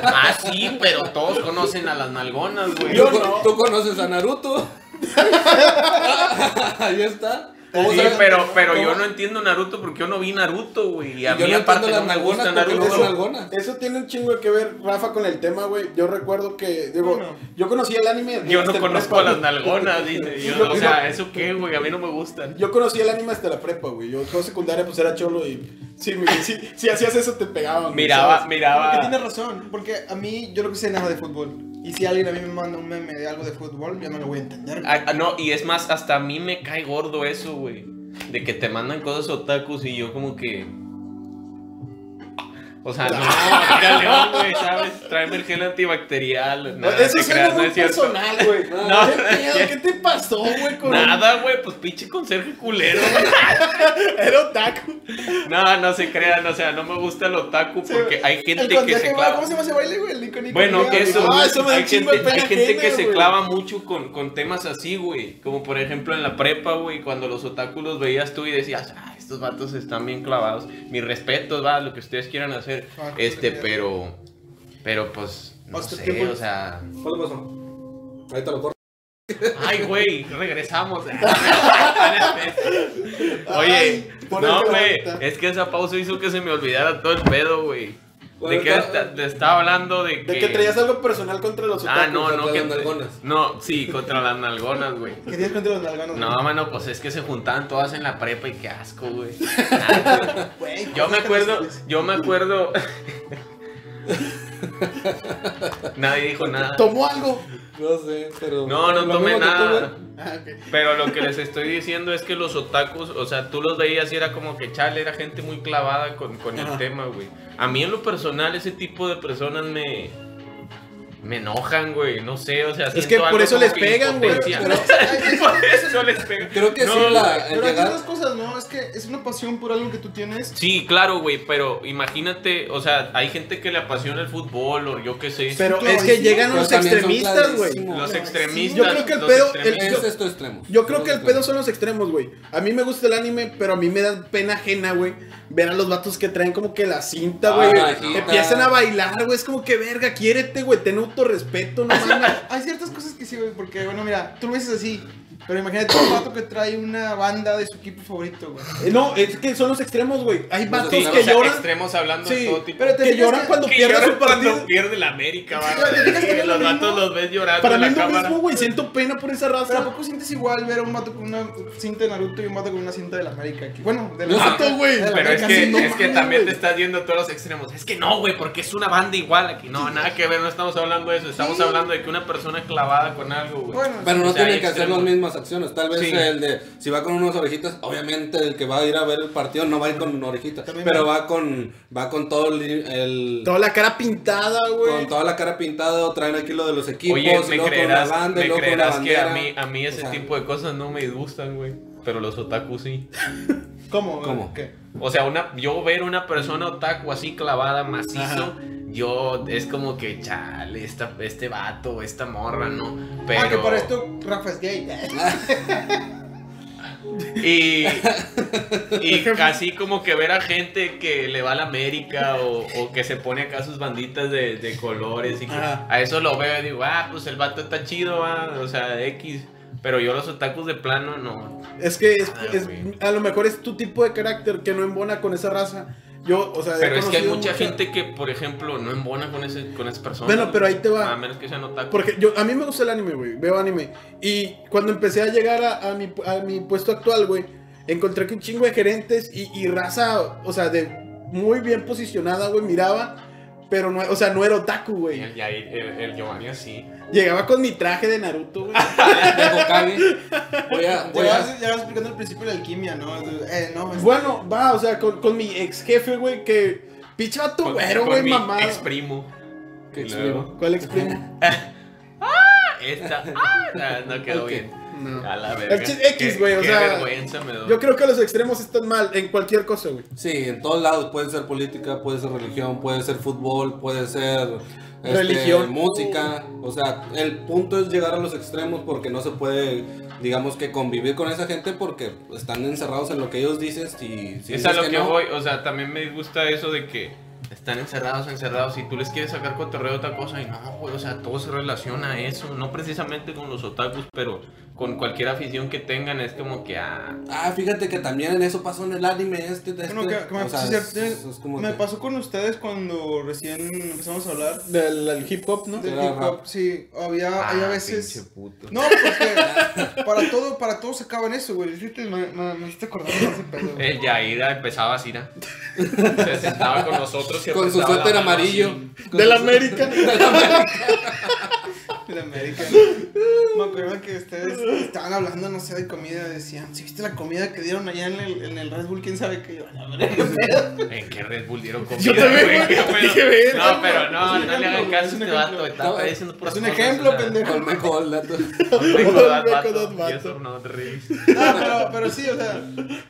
[SPEAKER 2] Ah, sí, pero todos conocen a las nalgonas, güey.
[SPEAKER 4] Yo
[SPEAKER 3] Tú-
[SPEAKER 4] no.
[SPEAKER 3] Tú conoces a Naruto. Ahí está. ¿Cómo
[SPEAKER 2] Sí,
[SPEAKER 3] sabes?
[SPEAKER 2] pero, pero yo
[SPEAKER 3] ¿Cómo?
[SPEAKER 2] no entiendo Naruto porque yo no vi Naruto, güey. Y a
[SPEAKER 3] Y yo
[SPEAKER 2] mí
[SPEAKER 3] no
[SPEAKER 2] aparte
[SPEAKER 3] entiendo
[SPEAKER 2] no me
[SPEAKER 3] las nalgonas
[SPEAKER 2] gusta
[SPEAKER 3] porque no
[SPEAKER 2] Naruto.
[SPEAKER 3] son nalgonas.
[SPEAKER 4] Eso tiene un chingo que ver, Rafa, con el tema, güey. Yo recuerdo que, digo,
[SPEAKER 1] Bueno.
[SPEAKER 4] yo conocí el anime.
[SPEAKER 2] Yo
[SPEAKER 4] hasta
[SPEAKER 2] no
[SPEAKER 4] el
[SPEAKER 2] conozco
[SPEAKER 4] prepa,
[SPEAKER 2] a las
[SPEAKER 4] güey.
[SPEAKER 2] nalgonas, dice. Yo,
[SPEAKER 4] Yo-
[SPEAKER 2] o sea, ¿eso qué, güey? A mí no me gustan.
[SPEAKER 4] Yo conocí el anime hasta la prepa, güey. Yo en secundaria pues era cholo y si, mi- si, si hacías eso te pegaban. güey,
[SPEAKER 2] Miraba,
[SPEAKER 4] ¿sabes?
[SPEAKER 1] Porque
[SPEAKER 2] miraba.
[SPEAKER 1] tienes razón, porque a mí yo no sé nada de fútbol. Y si alguien a mí me manda un meme de algo de fútbol, yo no lo voy a entender. güey.
[SPEAKER 2] Ah, ah, no, y es más, hasta a mí me cae gordo eso, güey. De que te mandan cosas otakus y yo como que. O sea, no, mira, León, güey, ¿sabes? Tráeme el gel antibacterial. Nada,
[SPEAKER 4] eso
[SPEAKER 2] te
[SPEAKER 4] es
[SPEAKER 2] creas,
[SPEAKER 4] algo
[SPEAKER 2] no
[SPEAKER 4] muy
[SPEAKER 2] es cierto.
[SPEAKER 4] personal, güey.
[SPEAKER 2] No,
[SPEAKER 4] ¿Qué pedo? ¿Qué te pasó, güey? Con
[SPEAKER 2] Nada, güey, pues pinche conserje culero, güey.
[SPEAKER 4] Era otaku.
[SPEAKER 2] No, no se crean, o sea, no me gusta el otaku
[SPEAKER 1] Sí,
[SPEAKER 2] porque hay gente
[SPEAKER 1] El
[SPEAKER 2] que se
[SPEAKER 1] conserje, güey,
[SPEAKER 2] clava.
[SPEAKER 1] ¿Cómo se llama ese baile, güey? El Nico Nico.
[SPEAKER 2] Bueno,
[SPEAKER 1] Nico,
[SPEAKER 2] eso,
[SPEAKER 1] Nico.
[SPEAKER 4] Ah, eso me da
[SPEAKER 2] hay
[SPEAKER 4] un chingo de
[SPEAKER 2] gente, hay
[SPEAKER 4] pena
[SPEAKER 2] gente que
[SPEAKER 4] ajena,
[SPEAKER 2] se
[SPEAKER 4] güey.
[SPEAKER 2] clava mucho con, con temas así, güey. Como por ejemplo en la prepa, güey, cuando los otáculos veías tú y decías, ah, estos vatos están bien clavados. Mis respetos, va, lo que ustedes quieran hacer.
[SPEAKER 1] Ah,
[SPEAKER 2] este,
[SPEAKER 1] sí.
[SPEAKER 2] pero, pero pues, no
[SPEAKER 1] Hasta
[SPEAKER 2] sé,
[SPEAKER 1] tiempo-
[SPEAKER 2] o sea.
[SPEAKER 3] ¿Cuánto pasó? Ahorita lo corto.
[SPEAKER 2] Ay, güey, regresamos.
[SPEAKER 4] Ay,
[SPEAKER 2] Oye,
[SPEAKER 4] ponete
[SPEAKER 2] no,
[SPEAKER 4] la
[SPEAKER 2] güey,
[SPEAKER 4] vuelta.
[SPEAKER 2] es que esa pausa hizo que se me olvidara todo el pedo, güey.
[SPEAKER 3] Bueno,
[SPEAKER 2] de que
[SPEAKER 3] está-
[SPEAKER 2] esta- te estaba hablando de que...
[SPEAKER 4] De que traías algo personal contra los otakus.
[SPEAKER 2] Ah, no,
[SPEAKER 3] contra
[SPEAKER 2] no, que...
[SPEAKER 3] las nalgonas.
[SPEAKER 2] No, sí, contra las nalgonas, güey.
[SPEAKER 1] Querías contra los nalganos.
[SPEAKER 2] No, mano, pues es que se juntaban todas en la prepa y qué asco, güey. Ah,
[SPEAKER 1] Güey,
[SPEAKER 2] güey. Yo me
[SPEAKER 1] cosas que
[SPEAKER 2] acuerdo,
[SPEAKER 1] no se-
[SPEAKER 2] yo me acuerdo... Nadie dijo nada.
[SPEAKER 4] Tomó algo.
[SPEAKER 3] No sé, pero.
[SPEAKER 2] No, no
[SPEAKER 3] lo
[SPEAKER 2] tomé
[SPEAKER 3] mismo que tú,
[SPEAKER 2] nada.
[SPEAKER 3] güey.
[SPEAKER 4] Ah, ok.
[SPEAKER 2] Pero lo que les estoy diciendo es que los otakus, o sea, tú los veías y era como que chale, era gente muy clavada con, con el tema, güey. A mí en lo personal ese tipo de personas me me enojan, güey, no sé, o sea,
[SPEAKER 4] Es que
[SPEAKER 2] siento algo
[SPEAKER 4] por eso
[SPEAKER 2] como
[SPEAKER 4] les
[SPEAKER 2] que
[SPEAKER 4] pegan, güey,
[SPEAKER 2] impotencia.
[SPEAKER 1] Pero, ay,
[SPEAKER 2] Por eso les pegan.
[SPEAKER 3] Creo que
[SPEAKER 2] No,
[SPEAKER 3] sí, la, el
[SPEAKER 1] Pero hay
[SPEAKER 3] llegar.
[SPEAKER 1] otras cosas, ¿no? Es que es una pasión por algo que tú tienes.
[SPEAKER 2] Sí, claro, güey, pero imagínate, o sea, hay gente que le apasiona el fútbol o yo qué sé.
[SPEAKER 4] Pero
[SPEAKER 1] Clarísimo.
[SPEAKER 4] es que llegan
[SPEAKER 3] Pero
[SPEAKER 4] los
[SPEAKER 3] también son
[SPEAKER 4] extremistas, güey.
[SPEAKER 3] clarísimo.
[SPEAKER 2] los
[SPEAKER 1] sí,
[SPEAKER 2] extremistas.
[SPEAKER 4] yo creo que el
[SPEAKER 2] los
[SPEAKER 4] pedo- el-
[SPEAKER 2] extremistas.
[SPEAKER 4] yo-
[SPEAKER 3] Ese es tu extremo.
[SPEAKER 4] Yo creo que el pedo son los extremos, güey. A mí me gusta el anime, pero a mí me da pena ajena, güey. Ver a los vatos que traen como que la cinta, güey.
[SPEAKER 3] Ah,
[SPEAKER 4] que
[SPEAKER 3] cinta.
[SPEAKER 4] empiezan a bailar, güey. Es como que verga, quiérete, güey. Ten autorrespeto, no mames.
[SPEAKER 1] Hay ciertas cosas que sí, güey, porque, bueno, mira, tú lo dices así. Pero imagínate un vato que trae una banda de su equipo favorito, güey.
[SPEAKER 4] Eh, No, es que son los extremos, güey. Hay vatos
[SPEAKER 2] Sí, o
[SPEAKER 3] los
[SPEAKER 4] que
[SPEAKER 2] sea,
[SPEAKER 4] lloran.
[SPEAKER 2] extremos hablando
[SPEAKER 4] Sí,
[SPEAKER 2] de todo tipo.
[SPEAKER 1] pero te
[SPEAKER 4] que
[SPEAKER 1] fijas
[SPEAKER 4] lloran
[SPEAKER 1] que-
[SPEAKER 4] cuando
[SPEAKER 2] que
[SPEAKER 4] pierden su
[SPEAKER 2] lloran cuando
[SPEAKER 4] partido.
[SPEAKER 2] pierde la América, va.
[SPEAKER 1] Sí, te fijas que no
[SPEAKER 2] Que
[SPEAKER 1] es lo
[SPEAKER 2] los
[SPEAKER 1] mismo.
[SPEAKER 2] vatos los ves llorando
[SPEAKER 4] Para
[SPEAKER 2] en
[SPEAKER 4] mí
[SPEAKER 2] la
[SPEAKER 4] es lo
[SPEAKER 2] cámara.
[SPEAKER 4] mismo, güey. Siento pena por esa
[SPEAKER 1] Pero ¿a
[SPEAKER 4] raza.
[SPEAKER 1] poco sientes igual ver a un vato con una cinta de Naruto y un vato con una cinta de la América? aquí? Bueno, de la
[SPEAKER 4] No sé tú, güey.
[SPEAKER 1] de la
[SPEAKER 2] Pero es
[SPEAKER 1] América,
[SPEAKER 2] que,
[SPEAKER 1] sí, no
[SPEAKER 2] es que
[SPEAKER 1] mames,
[SPEAKER 2] también te
[SPEAKER 1] güey.
[SPEAKER 2] estás yendo a todos los extremos. Es que no, güey, porque es una banda igual aquí. No, nada que ver, no estamos hablando de eso. Estamos
[SPEAKER 1] Sí.
[SPEAKER 2] hablando de que una persona clavada con algo, güey.
[SPEAKER 1] Bueno,
[SPEAKER 3] Pero no
[SPEAKER 2] O sea,
[SPEAKER 3] tienen
[SPEAKER 2] hay
[SPEAKER 3] que hacer
[SPEAKER 2] extremos.
[SPEAKER 3] las mismas acciones. Tal vez
[SPEAKER 2] Sí.
[SPEAKER 3] el de. Si va con unas orejitas, obviamente el que va a ir a ver el partido no va a ir con orejitas.
[SPEAKER 1] También
[SPEAKER 3] Pero va con. Va con todo el. el-
[SPEAKER 4] Toda la cara pintada, güey.
[SPEAKER 3] con toda la cara pintada, o traen aquí lo de los equipos,
[SPEAKER 2] Oye,
[SPEAKER 3] y
[SPEAKER 2] me
[SPEAKER 3] luego
[SPEAKER 2] creerás,
[SPEAKER 3] con la banda, y
[SPEAKER 2] me
[SPEAKER 3] luego con la
[SPEAKER 2] creerás que a
[SPEAKER 3] bandera.
[SPEAKER 2] mí, a mí ese
[SPEAKER 3] O sea,
[SPEAKER 2] tipo de cosas no me disgustan, güey. Pero los otaku sí.
[SPEAKER 1] ¿Cómo? güey?
[SPEAKER 3] ¿Cómo?
[SPEAKER 1] ¿Qué?
[SPEAKER 2] O sea, una, yo ver una persona otaku así clavada, macizo,
[SPEAKER 1] Ajá.
[SPEAKER 2] yo es como que, chale, esta, este vato, esta morra, ¿no? Pero...
[SPEAKER 1] Ah, que para esto Rafa es gay.
[SPEAKER 2] Y, y así como que ver a gente que le va a la América o, o que se pone acá sus banditas de, de colores y que
[SPEAKER 1] Ajá.
[SPEAKER 2] a eso lo veo y digo, ah, pues el vato está chido, ah, o sea, X. Pero yo los otakus de plano no.
[SPEAKER 4] Es que es,
[SPEAKER 2] Ah,
[SPEAKER 4] es-
[SPEAKER 2] güey.
[SPEAKER 4] a lo mejor es tu tipo de carácter que no embona con esa raza. Yo, o sea, he
[SPEAKER 2] Pero es que hay
[SPEAKER 4] conocido
[SPEAKER 2] mucha gente que, por ejemplo, no embona con, ese, con esas personas.
[SPEAKER 4] Bueno, pero ahí te va.
[SPEAKER 2] A menos que sean otaku.
[SPEAKER 4] Porque yo, a mí me gusta el anime, güey. Veo anime. Y cuando empecé a llegar a, a mi, a mi puesto actual, güey, encontré que un chingo de gerentes y, y raza, o sea, de muy bien posicionada, güey, miraba. Pero no, o sea, no era otaku,
[SPEAKER 2] Y
[SPEAKER 4] güey.
[SPEAKER 2] el, y ahí el- el Giovanni así.
[SPEAKER 4] Llegaba con mi traje de Naruto, güey.
[SPEAKER 3] De Hokage. Voy a,
[SPEAKER 1] Ya
[SPEAKER 3] voy a,
[SPEAKER 1] vas, ya vas explicando el principio de la alquimia, ¿no? Eh, no, es-
[SPEAKER 4] bueno, va, o sea, con, con mi ex jefe, güey, que. Pinche vato
[SPEAKER 2] Con-
[SPEAKER 4] güero,
[SPEAKER 2] con
[SPEAKER 4] güey,
[SPEAKER 2] mi
[SPEAKER 4] mamá.
[SPEAKER 2] Ex primo.
[SPEAKER 3] ¿Qué
[SPEAKER 2] Y
[SPEAKER 3] ex
[SPEAKER 2] luego-
[SPEAKER 4] ¿Cuál ex primo?
[SPEAKER 2] Esta. Ah, no, no quedó
[SPEAKER 3] Ok.
[SPEAKER 2] bien.
[SPEAKER 4] No.
[SPEAKER 2] A la verga.
[SPEAKER 4] El chiste X,
[SPEAKER 2] Qué-
[SPEAKER 4] güey, o
[SPEAKER 2] qué
[SPEAKER 4] sea,
[SPEAKER 2] vergüenza me doy.
[SPEAKER 4] Yo creo que los extremos están mal en cualquier cosa, güey.
[SPEAKER 3] Sí, en todos lados. Puede ser política, puede ser religión, puede ser fútbol, puede ser este,
[SPEAKER 4] Religión.
[SPEAKER 3] música. O sea, el punto es llegar a los extremos porque no se puede, digamos que convivir con esa gente porque están encerrados en lo que ellos dicen. Y, si
[SPEAKER 2] es
[SPEAKER 3] dices
[SPEAKER 2] a lo que,
[SPEAKER 3] no,
[SPEAKER 2] voy. O sea, también me gusta eso de que están encerrados, encerrados. Y tú les quieres sacar cotorreo de otra cosa. Y no, güey. O sea, todo se relaciona a eso. No precisamente con los otakus, pero con cualquier afición que tengan. Es como que. Ah,
[SPEAKER 3] Ah, fíjate que también en eso pasó en el anime este. de
[SPEAKER 1] Bueno,
[SPEAKER 3] este,
[SPEAKER 1] que- que me,
[SPEAKER 3] o sea,
[SPEAKER 1] sí, cierto,
[SPEAKER 3] es- es como
[SPEAKER 1] me
[SPEAKER 3] que-
[SPEAKER 1] pasó con ustedes cuando recién empezamos a hablar
[SPEAKER 4] Del, del hip hop, ¿no?
[SPEAKER 1] del
[SPEAKER 3] Era
[SPEAKER 1] hip hop, sí, había, había
[SPEAKER 2] ah,
[SPEAKER 1] veces...
[SPEAKER 2] pinche puto.
[SPEAKER 1] No, porque para todo, para todo sacaban eso, güey. Sí, te- Me, me, me hiciste acordar de ese pedo, güey.
[SPEAKER 2] El Yaira empezaba así, ¿no? Se sentaba con nosotros y
[SPEAKER 3] Con
[SPEAKER 2] apretaba
[SPEAKER 3] su
[SPEAKER 2] la
[SPEAKER 3] suéter
[SPEAKER 2] mano
[SPEAKER 3] amarillo.
[SPEAKER 2] así.
[SPEAKER 3] Con
[SPEAKER 4] Del
[SPEAKER 3] su-
[SPEAKER 4] América.
[SPEAKER 1] De América. Me acuerdo que ustedes estaban hablando, no sé, de comida. Decían, ¿sí viste la comida que dieron allá en el, en el Red Bull? ¿Quién sabe qué? Yo, "A la verga".
[SPEAKER 2] ¿En qué Red Bull dieron comida?
[SPEAKER 4] Yo también, güey.
[SPEAKER 2] ¿Qué pedo?
[SPEAKER 4] Dije, verga,
[SPEAKER 2] No, pero no,
[SPEAKER 1] Es un
[SPEAKER 2] no le hagan
[SPEAKER 1] ejemplo,
[SPEAKER 2] caso a
[SPEAKER 1] es un
[SPEAKER 2] este
[SPEAKER 1] ejemplo.
[SPEAKER 2] vato. Está
[SPEAKER 3] No,
[SPEAKER 2] diciendo puras
[SPEAKER 1] Es un
[SPEAKER 2] cosas,
[SPEAKER 1] ejemplo,
[SPEAKER 2] o sea,
[SPEAKER 1] pendejo.
[SPEAKER 3] Olmeco, el dato.
[SPEAKER 2] Olmeco dat
[SPEAKER 4] Olmeco
[SPEAKER 2] vato.
[SPEAKER 4] dat vato.
[SPEAKER 2] Yes or not, Riz.
[SPEAKER 1] No, pero, pero sí, o sea.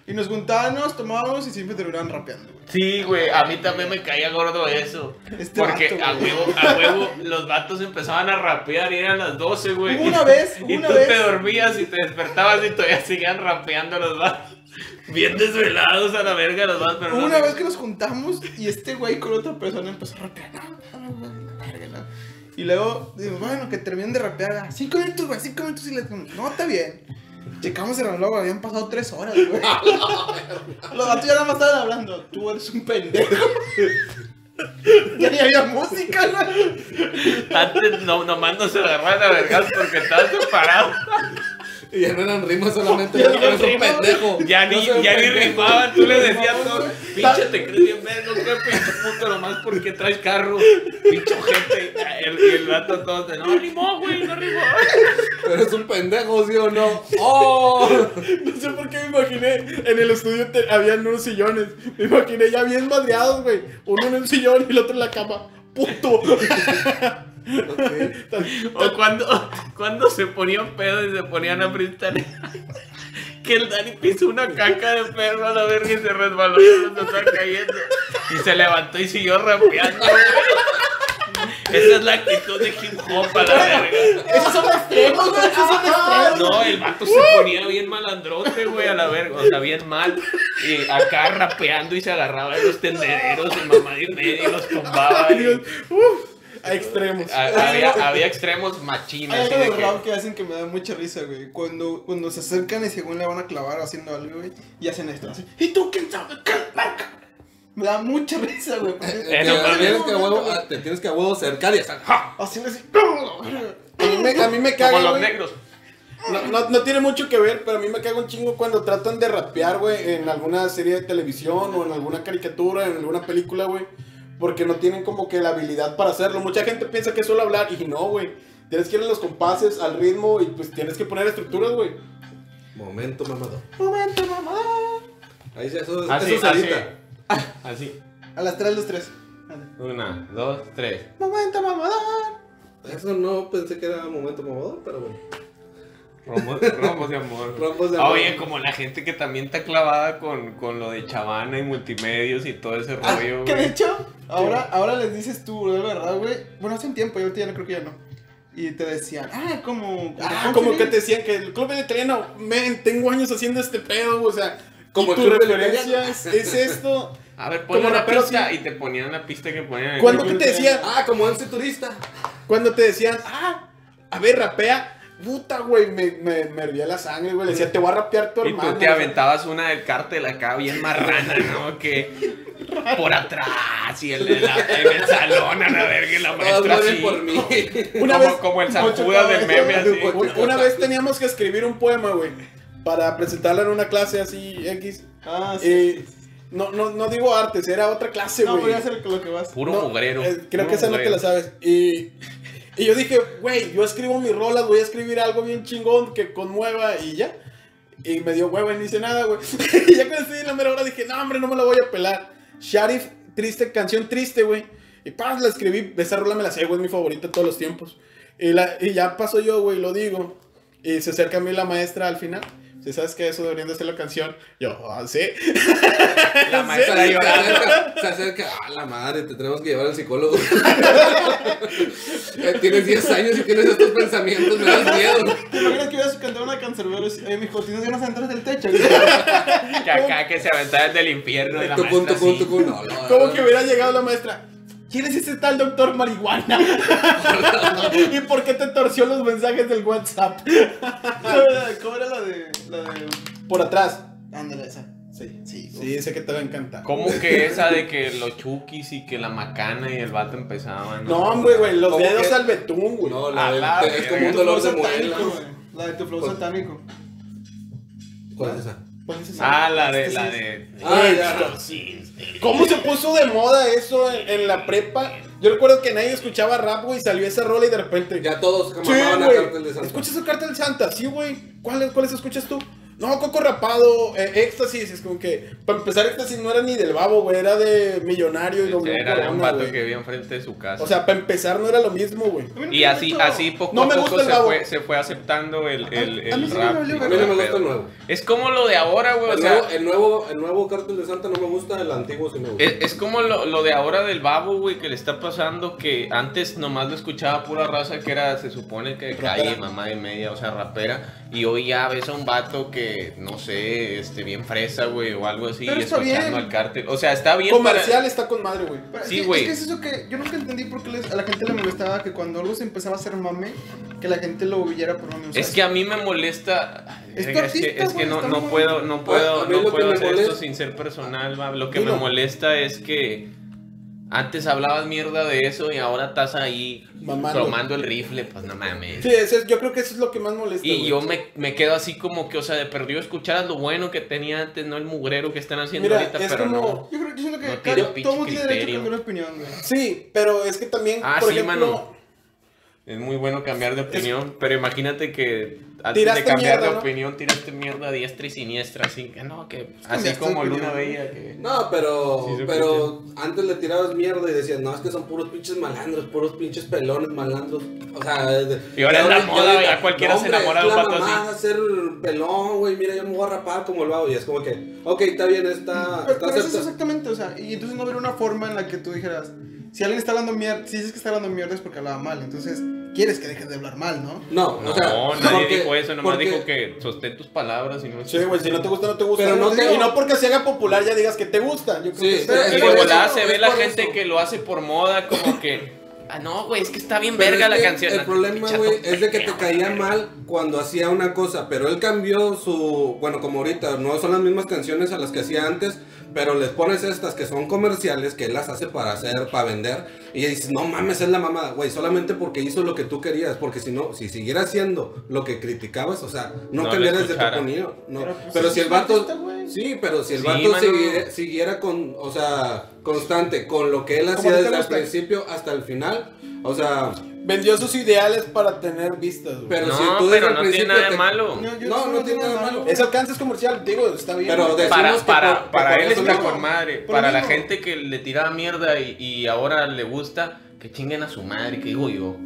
[SPEAKER 1] Y nos juntábamos, tomábamos y siempre terminaban rapeando, güey.
[SPEAKER 2] Sí, güey, a mí también me caía gordo eso.
[SPEAKER 1] Este
[SPEAKER 2] Porque
[SPEAKER 1] vato,
[SPEAKER 2] a
[SPEAKER 1] güey.
[SPEAKER 2] huevo, a huevo, los vatos empezaban a rapear y eran las 12, güey.
[SPEAKER 1] Hubo una vez,
[SPEAKER 2] Y
[SPEAKER 1] una
[SPEAKER 2] tú
[SPEAKER 1] vez.
[SPEAKER 2] te dormías y te despertabas y todavía seguían rapeando los vatos. Bien desvelados a la verga los vatos, pero
[SPEAKER 1] Hubo
[SPEAKER 2] no
[SPEAKER 1] Una
[SPEAKER 2] sé-
[SPEAKER 1] vez que nos juntamos y este güey con otra persona empezó a rapear. "No, no, no, no, verga, no". Y luego, digo, bueno, que terminen de rapear. "Ah, Cinco minutos, güey, cinco minutos y le no, está bien. Checamos el reloj, habían pasado tres horas, güey. Los gatos ya nada más estaban hablando. Tú eres un pendejo. ya ni había música, güey.
[SPEAKER 2] Antes no, nomás no se agarraban a vergas porque estaban separados.
[SPEAKER 3] Y ya no eran rimas solamente. Ya eres un
[SPEAKER 2] rimas.
[SPEAKER 3] pendejo.
[SPEAKER 2] Ya ni,
[SPEAKER 3] No soy un
[SPEAKER 2] ya ni
[SPEAKER 3] pendejo.
[SPEAKER 2] rimaban, tú le decías todo. Pinche te crees bien verga, güey, pinche puto nomás porque traes carro. Pinche gente. El, el rato todo de no rimó, güey, no rimó.
[SPEAKER 3] Eres un pendejo, ¿sí o no? ¡Oh!
[SPEAKER 4] No sé por qué me imaginé. En el estudio te- habían unos sillones. Me imaginé ya bien madreados, güey. Uno en un sillón y el otro en la cama. Puto.
[SPEAKER 3] Ok.
[SPEAKER 2] O cuando, cuando se ponían pedo y se ponían a freestyle. Que el Dani pisó una caca de perro a la verga y se resbaló y se estaba cayendo. Y se levantó y siguió rapeando, güey. Esa es la actitud de hip hop a la verga.
[SPEAKER 1] Esos son extremos, güey. Esos son
[SPEAKER 4] Ah,
[SPEAKER 1] extremos.
[SPEAKER 2] No, el vato se ponía bien malandrote, güey, a la verga. O sea, bien mal. Y acá rapeando y se agarraba de los tendederos, el mamá de medio y los tumbaba. y-
[SPEAKER 4] Dios, uf, a extremos.
[SPEAKER 2] ha- había, había extremos machines.
[SPEAKER 1] Hay
[SPEAKER 2] así
[SPEAKER 1] algo
[SPEAKER 2] de
[SPEAKER 1] de
[SPEAKER 2] que-
[SPEAKER 1] rap que hacen que me da mucha risa, güey. Cuando, cuando se acercan y según le van a clavar haciendo algo, güey, y hacen esto. así, ¿Y tú quién sabe qué verga?" Me da mucha risa, güey. porque-
[SPEAKER 3] Te
[SPEAKER 2] no mames.
[SPEAKER 3] tienes que Eh, a huevo- ah, te tienes que a huevo cercar y estar. ¡Ja!
[SPEAKER 1] Haciendo así.
[SPEAKER 4] A mí me, a mí me
[SPEAKER 2] Como
[SPEAKER 4] caga,
[SPEAKER 2] los
[SPEAKER 4] güey.
[SPEAKER 2] negros.
[SPEAKER 4] No, no- no tiene mucho que ver, pero a mí me caga un chingo cuando tratan de rapear, güey, en alguna serie de televisión o en alguna caricatura, en alguna película, güey. Porque no tienen como que la habilidad para hacerlo. Mucha gente piensa que es solo hablar y no, güey. Tienes que ir a los compases, al ritmo y pues tienes que poner estructuras, güey.
[SPEAKER 3] Momento, mamado.
[SPEAKER 1] Momento, mamá.
[SPEAKER 3] Ahí se eso,
[SPEAKER 2] Así,
[SPEAKER 3] eso se
[SPEAKER 2] así.
[SPEAKER 3] edita.
[SPEAKER 2] Así.
[SPEAKER 1] A las 3, los 3.
[SPEAKER 2] Una, dos, tres.
[SPEAKER 1] Momento, mamá.
[SPEAKER 3] Eso no pensé que era momento mamado, pero bueno.
[SPEAKER 2] Rombos, rombos de amor.
[SPEAKER 3] Rombos de
[SPEAKER 2] Ah,
[SPEAKER 3] amor.
[SPEAKER 2] Oye, como la gente que también está clavada con, con lo de Chavana y multimedios y todo ese
[SPEAKER 4] Ah,
[SPEAKER 2] rollo,
[SPEAKER 1] Ah, Que de
[SPEAKER 2] güey.
[SPEAKER 1] hecho, ahora, ahora les dices tú, de verdad, güey. Bueno, hace un tiempo, yo ya no creo que ya no. Y te decían, ah, como.
[SPEAKER 4] Ah, como que te decían que el club italiano, men, tengo años haciendo este pedo, o sea,
[SPEAKER 3] Como
[SPEAKER 4] como
[SPEAKER 3] el
[SPEAKER 4] tu
[SPEAKER 3] club
[SPEAKER 4] referencia es, es esto.
[SPEAKER 2] A ver, ponle
[SPEAKER 4] Como
[SPEAKER 2] una
[SPEAKER 4] rapero,
[SPEAKER 2] pista y te ponían una pista que ponían en el
[SPEAKER 4] Cuando
[SPEAKER 2] grupo.
[SPEAKER 4] que te decían,
[SPEAKER 3] Ah, como MC turista.
[SPEAKER 4] Cuando te decían, ah, a ver, rapea, puta, güey, me, me, me hervía la sangre, güey. Le decía, te voy a rapear tu
[SPEAKER 2] Y
[SPEAKER 4] hermano.
[SPEAKER 2] tú te aventabas una del cártel acá bien marrana, ¿no? Que por atrás y el- en, la- en el salón a la verga y la
[SPEAKER 3] Todos
[SPEAKER 2] maestra
[SPEAKER 3] mueren
[SPEAKER 2] así.
[SPEAKER 3] por mí.
[SPEAKER 2] Como- como el zancudas del meme, así.
[SPEAKER 4] Una, una vez teníamos que escribir un poema, güey, para presentarlo en una clase así X.
[SPEAKER 1] Ah, sí.
[SPEAKER 4] Y no, no, no digo artes, era otra clase,
[SPEAKER 1] no,
[SPEAKER 4] Eh, güey.
[SPEAKER 1] pero ya sé lo que vas.
[SPEAKER 2] Puro
[SPEAKER 4] No,
[SPEAKER 2] mugrero.
[SPEAKER 4] eh, creo
[SPEAKER 2] puro
[SPEAKER 4] que esa no te
[SPEAKER 2] mugrero.
[SPEAKER 4] la sabes. Y, y yo dije, güey, yo escribo mis rolas, voy a escribir algo bien chingón que conmueva y ya. Y me dio hueva y no hice nada, güey. y ya cuando estoy en la mera hora dije, no, hombre, no me la voy a pelar. Sharif, triste, canción triste, güey. Y paz, la escribí, esa rola me la sé, güey, es mi favorita de todos los tiempos. Y, la, y ya paso yo, güey, lo digo. Y se acerca a mí la maestra al final. Si sabes que eso deberían de ser la canción. Yo, ah, sí.
[SPEAKER 2] La maestra
[SPEAKER 3] Se
[SPEAKER 2] llorando.
[SPEAKER 3] acerca, se acerca, ah, la madre, te tenemos que llevar al psicólogo. Eh, tienes 10 años y tienes estos pensamientos, me das miedo.
[SPEAKER 1] ¿Te imaginas que ibas a cantar una cancerbero y eh, mijo, tienes ganas de entrar del techo?
[SPEAKER 2] Que acá que se aventaba desde el infierno. Y la
[SPEAKER 3] Tucun,
[SPEAKER 2] maestra
[SPEAKER 3] tucun,
[SPEAKER 2] así.
[SPEAKER 3] tucun, no, no,
[SPEAKER 4] Como
[SPEAKER 3] no.
[SPEAKER 4] que hubiera llegado la maestra. ¿Quién es ese tal doctor marihuana? ¿Y por qué te torció los mensajes del WhatsApp?
[SPEAKER 1] ¿Cómo era- ¿Cómo era la de. la de.
[SPEAKER 4] Por atrás.
[SPEAKER 1] Ándale, esa. Sí, sí.
[SPEAKER 4] Sí, sé que te va a encantar.
[SPEAKER 2] ¿Cómo que esa de que los chukis y que la macana y el vato empezaban?
[SPEAKER 4] No, hombre, güey, los
[SPEAKER 3] ¿Cómo
[SPEAKER 4] dedos
[SPEAKER 3] que?
[SPEAKER 4] al betún, güey.
[SPEAKER 3] No,
[SPEAKER 2] A
[SPEAKER 3] la,
[SPEAKER 2] la
[SPEAKER 3] te- es como
[SPEAKER 2] verga.
[SPEAKER 3] un dolor
[SPEAKER 1] Tu
[SPEAKER 3] de
[SPEAKER 1] flow satánico,
[SPEAKER 3] muela.
[SPEAKER 1] güey. La de tu flow
[SPEAKER 3] Pues-
[SPEAKER 1] satánico.
[SPEAKER 3] ¿Cuál es esa?
[SPEAKER 1] ¿Cuál es pues, esa?
[SPEAKER 2] Ah, la de, la de.
[SPEAKER 3] Ah, ya.
[SPEAKER 4] ¿Cómo se puso de moda eso en, en la prepa? Yo recuerdo que nadie escuchaba rap, güey, y salió esa rola y de repente.
[SPEAKER 3] Ya todos
[SPEAKER 4] Sí,
[SPEAKER 3] mamaban a
[SPEAKER 4] güey.
[SPEAKER 3] Cartel de Santa.
[SPEAKER 4] ¿Escuchas el cartel Santa? Sí, güey. ¿Cuáles cuáles escuchas tú? No, Coco Rapado, eh, Éxtasis. Es como que, para empezar, Éxtasis no era ni del babo, güey. Era de Millonario y W
[SPEAKER 2] Era de un
[SPEAKER 4] Corona,
[SPEAKER 2] vato
[SPEAKER 4] güey.
[SPEAKER 2] que vivía enfrente de su casa.
[SPEAKER 4] O sea, para empezar, no era lo mismo, güey.
[SPEAKER 1] A mí no
[SPEAKER 2] y
[SPEAKER 1] me
[SPEAKER 2] así,
[SPEAKER 1] gusta.
[SPEAKER 2] así poco
[SPEAKER 4] No me
[SPEAKER 2] a poco
[SPEAKER 4] gusta el
[SPEAKER 2] se
[SPEAKER 4] babo.
[SPEAKER 2] fue, se fue aceptando el, el,
[SPEAKER 1] a
[SPEAKER 2] el
[SPEAKER 1] mí sí me
[SPEAKER 2] rap.
[SPEAKER 1] valió
[SPEAKER 2] y
[SPEAKER 3] A
[SPEAKER 1] verga.
[SPEAKER 2] todo
[SPEAKER 3] mí no me
[SPEAKER 2] el
[SPEAKER 3] gusta el
[SPEAKER 2] pedo.
[SPEAKER 3] nuevo.
[SPEAKER 2] Es como lo de ahora, güey. O
[SPEAKER 3] El
[SPEAKER 2] sea,
[SPEAKER 3] nuevo, el, nuevo, el nuevo Cartel de Santa no me gusta, el antiguo sí me gusta.
[SPEAKER 2] Es, es como lo, lo de ahora del babo, güey, que le está pasando que antes nomás lo escuchaba pura raza que era, se supone que de calle, mamá y media, o sea, rapera. Y hoy ya ves a un vato que, no sé, este, bien fresa, güey, o algo así,
[SPEAKER 1] Pero está
[SPEAKER 2] escuchando
[SPEAKER 1] bien.
[SPEAKER 2] al cártel. O sea, está bien. para-
[SPEAKER 4] Comercial está con madre, güey.
[SPEAKER 1] Pero es
[SPEAKER 2] Sí,
[SPEAKER 1] que-
[SPEAKER 2] güey.
[SPEAKER 1] Es que es eso que yo nunca entendí por qué les- a la gente le molestaba que cuando algo se empezaba a hacer mame, que la gente lo huyera por mame. o sea,
[SPEAKER 2] Es que a mí me molesta.
[SPEAKER 1] Es tu
[SPEAKER 2] Verga, Es, que,
[SPEAKER 1] artista,
[SPEAKER 2] es que
[SPEAKER 1] güey,
[SPEAKER 2] no,
[SPEAKER 1] está
[SPEAKER 2] no
[SPEAKER 1] muy-
[SPEAKER 2] puedo, no puedo,
[SPEAKER 3] A mí lo
[SPEAKER 2] no
[SPEAKER 3] que
[SPEAKER 2] puedo
[SPEAKER 3] me
[SPEAKER 2] hacer
[SPEAKER 3] molesta-
[SPEAKER 2] esto sin ser personal. va. Lo que
[SPEAKER 4] Dilo.
[SPEAKER 2] me molesta es que antes hablabas mierda de eso y ahora estás ahí
[SPEAKER 4] Mamando.
[SPEAKER 2] tomando el rifle. Pues no mames.
[SPEAKER 4] Sí, ese es- yo creo que eso es lo que más molesta.
[SPEAKER 2] Y
[SPEAKER 4] güey.
[SPEAKER 2] yo me, me quedo así como que, o sea, de perdido escuchar lo bueno que tenía antes, no el mugrero que están haciendo
[SPEAKER 4] Mira,
[SPEAKER 2] ahorita,
[SPEAKER 4] es
[SPEAKER 2] pero
[SPEAKER 4] como-
[SPEAKER 2] no.
[SPEAKER 1] Yo creo yo siento que
[SPEAKER 2] No tiene
[SPEAKER 1] cada-
[SPEAKER 2] pinche
[SPEAKER 1] todo mundo tiene derecho a
[SPEAKER 2] criterio.
[SPEAKER 1] cambiar de opinión, güey.
[SPEAKER 4] Sí, pero es que también,
[SPEAKER 2] Ah,
[SPEAKER 4] por
[SPEAKER 2] sí,
[SPEAKER 4] ejemplo,
[SPEAKER 2] mano. Es muy bueno cambiar de opinión, pero imagínate que antes
[SPEAKER 4] Tiraste
[SPEAKER 2] de cambiar
[SPEAKER 4] mierda,
[SPEAKER 2] de
[SPEAKER 4] ¿no?
[SPEAKER 2] opinión tiraste mierda a diestra y siniestra, así que no, que así
[SPEAKER 1] cambiaste
[SPEAKER 2] como
[SPEAKER 1] de
[SPEAKER 2] Luna
[SPEAKER 1] opinión.
[SPEAKER 2] veía que...
[SPEAKER 3] No, pero,
[SPEAKER 2] Sí, sí,
[SPEAKER 3] pero antes le tirabas mierda y decías, no, es que son puros pinches malandros, puros pinches pelones malandros. O sea, de-
[SPEAKER 2] Y ahora
[SPEAKER 3] de
[SPEAKER 2] es la
[SPEAKER 3] de
[SPEAKER 2] moda,
[SPEAKER 3] ahorita,
[SPEAKER 2] ya cualquiera se
[SPEAKER 3] hombre,
[SPEAKER 2] enamora
[SPEAKER 3] es
[SPEAKER 2] de un
[SPEAKER 3] la
[SPEAKER 2] vato así".
[SPEAKER 3] mamada ser pelón, güey, mira, yo me voy a rapar como el vago. Y es como que, ok, está bien, está,
[SPEAKER 1] Pero,
[SPEAKER 3] Ah, está
[SPEAKER 1] pero eso es
[SPEAKER 3] acepta-
[SPEAKER 1] exactamente, o sea, y entonces no habría una forma en la que tú dijeras, si alguien está hablando mierda, si dices que está hablando mierda es porque hablaba mal, entonces quieres que dejes de hablar mal, ¿no?
[SPEAKER 3] No,
[SPEAKER 2] No,
[SPEAKER 3] o sea,
[SPEAKER 2] nadie
[SPEAKER 3] porque-
[SPEAKER 2] dijo eso, nomás
[SPEAKER 3] porque-
[SPEAKER 2] dijo que sostén tus palabras y no...
[SPEAKER 4] sí, güey, si no te gusta, no te gusta.
[SPEAKER 3] Pero no
[SPEAKER 4] Sí,
[SPEAKER 3] te-
[SPEAKER 4] Y no porque se haga popular ya digas que te gusta. Yo creo
[SPEAKER 3] Sí,
[SPEAKER 4] que
[SPEAKER 3] pero-
[SPEAKER 2] Y
[SPEAKER 3] es
[SPEAKER 2] de
[SPEAKER 3] por
[SPEAKER 2] volada
[SPEAKER 3] eso,
[SPEAKER 2] se
[SPEAKER 3] es
[SPEAKER 2] ve la
[SPEAKER 3] por
[SPEAKER 2] gente
[SPEAKER 3] eso.
[SPEAKER 2] que lo hace por moda, como que... Ah, no, güey, es que está bien
[SPEAKER 3] Pero
[SPEAKER 2] verga
[SPEAKER 3] es
[SPEAKER 2] la
[SPEAKER 3] que
[SPEAKER 2] canción.
[SPEAKER 3] El
[SPEAKER 2] Ah,
[SPEAKER 3] problema,
[SPEAKER 2] pinche
[SPEAKER 3] güey,
[SPEAKER 2] vato
[SPEAKER 3] es de que te
[SPEAKER 2] pendejo,
[SPEAKER 3] caía
[SPEAKER 2] güey.
[SPEAKER 3] mal cuando hacía una cosa, pero él cambió su. Bueno, como ahorita, no son las mismas canciones a las que hacía antes, pero les pones estas que son comerciales, que él las hace para hacer, para vender, y dices, no mames, es la mamada, güey, solamente porque hizo lo que tú querías, porque si no, si siguiera haciendo lo que criticabas, o sea,
[SPEAKER 2] No
[SPEAKER 3] no,
[SPEAKER 2] lo
[SPEAKER 3] cambiaras de tu
[SPEAKER 2] escuchara.
[SPEAKER 3] opinión. No. Pero,
[SPEAKER 1] Pero, pues,
[SPEAKER 3] si
[SPEAKER 1] es
[SPEAKER 3] el
[SPEAKER 1] un
[SPEAKER 3] vato.
[SPEAKER 1] artista, güey.
[SPEAKER 3] Sí, pero si el
[SPEAKER 2] Sí,
[SPEAKER 3] vato
[SPEAKER 2] mano.
[SPEAKER 3] siguiera, siguiera con, o sea, constante con lo que él
[SPEAKER 4] Como
[SPEAKER 3] hacía
[SPEAKER 4] no te
[SPEAKER 3] desde el
[SPEAKER 4] gusta.
[SPEAKER 3] principio hasta el final, o sea,
[SPEAKER 4] Vendió sus ideales para tener vistas, güey.
[SPEAKER 3] pero
[SPEAKER 2] no,
[SPEAKER 3] si tú desde
[SPEAKER 2] pero
[SPEAKER 3] el
[SPEAKER 2] no tiene
[SPEAKER 3] principio
[SPEAKER 2] nada
[SPEAKER 3] te-
[SPEAKER 2] de malo.
[SPEAKER 1] yo
[SPEAKER 3] No,
[SPEAKER 1] eso
[SPEAKER 3] no tiene nada de malo.
[SPEAKER 4] Ese alcance es comercial, digo, está bien.
[SPEAKER 3] Pero
[SPEAKER 4] güey.
[SPEAKER 3] de-
[SPEAKER 2] para,
[SPEAKER 3] Decimos que
[SPEAKER 2] para,
[SPEAKER 3] por-
[SPEAKER 2] para
[SPEAKER 3] que por
[SPEAKER 2] él
[SPEAKER 3] eso
[SPEAKER 2] está
[SPEAKER 3] mismo-
[SPEAKER 2] con madre.
[SPEAKER 1] por lo
[SPEAKER 2] para la
[SPEAKER 1] mismo.
[SPEAKER 2] gente que le tiraba mierda y, y ahora le gusta, que chinguen a su madre, que digo yo.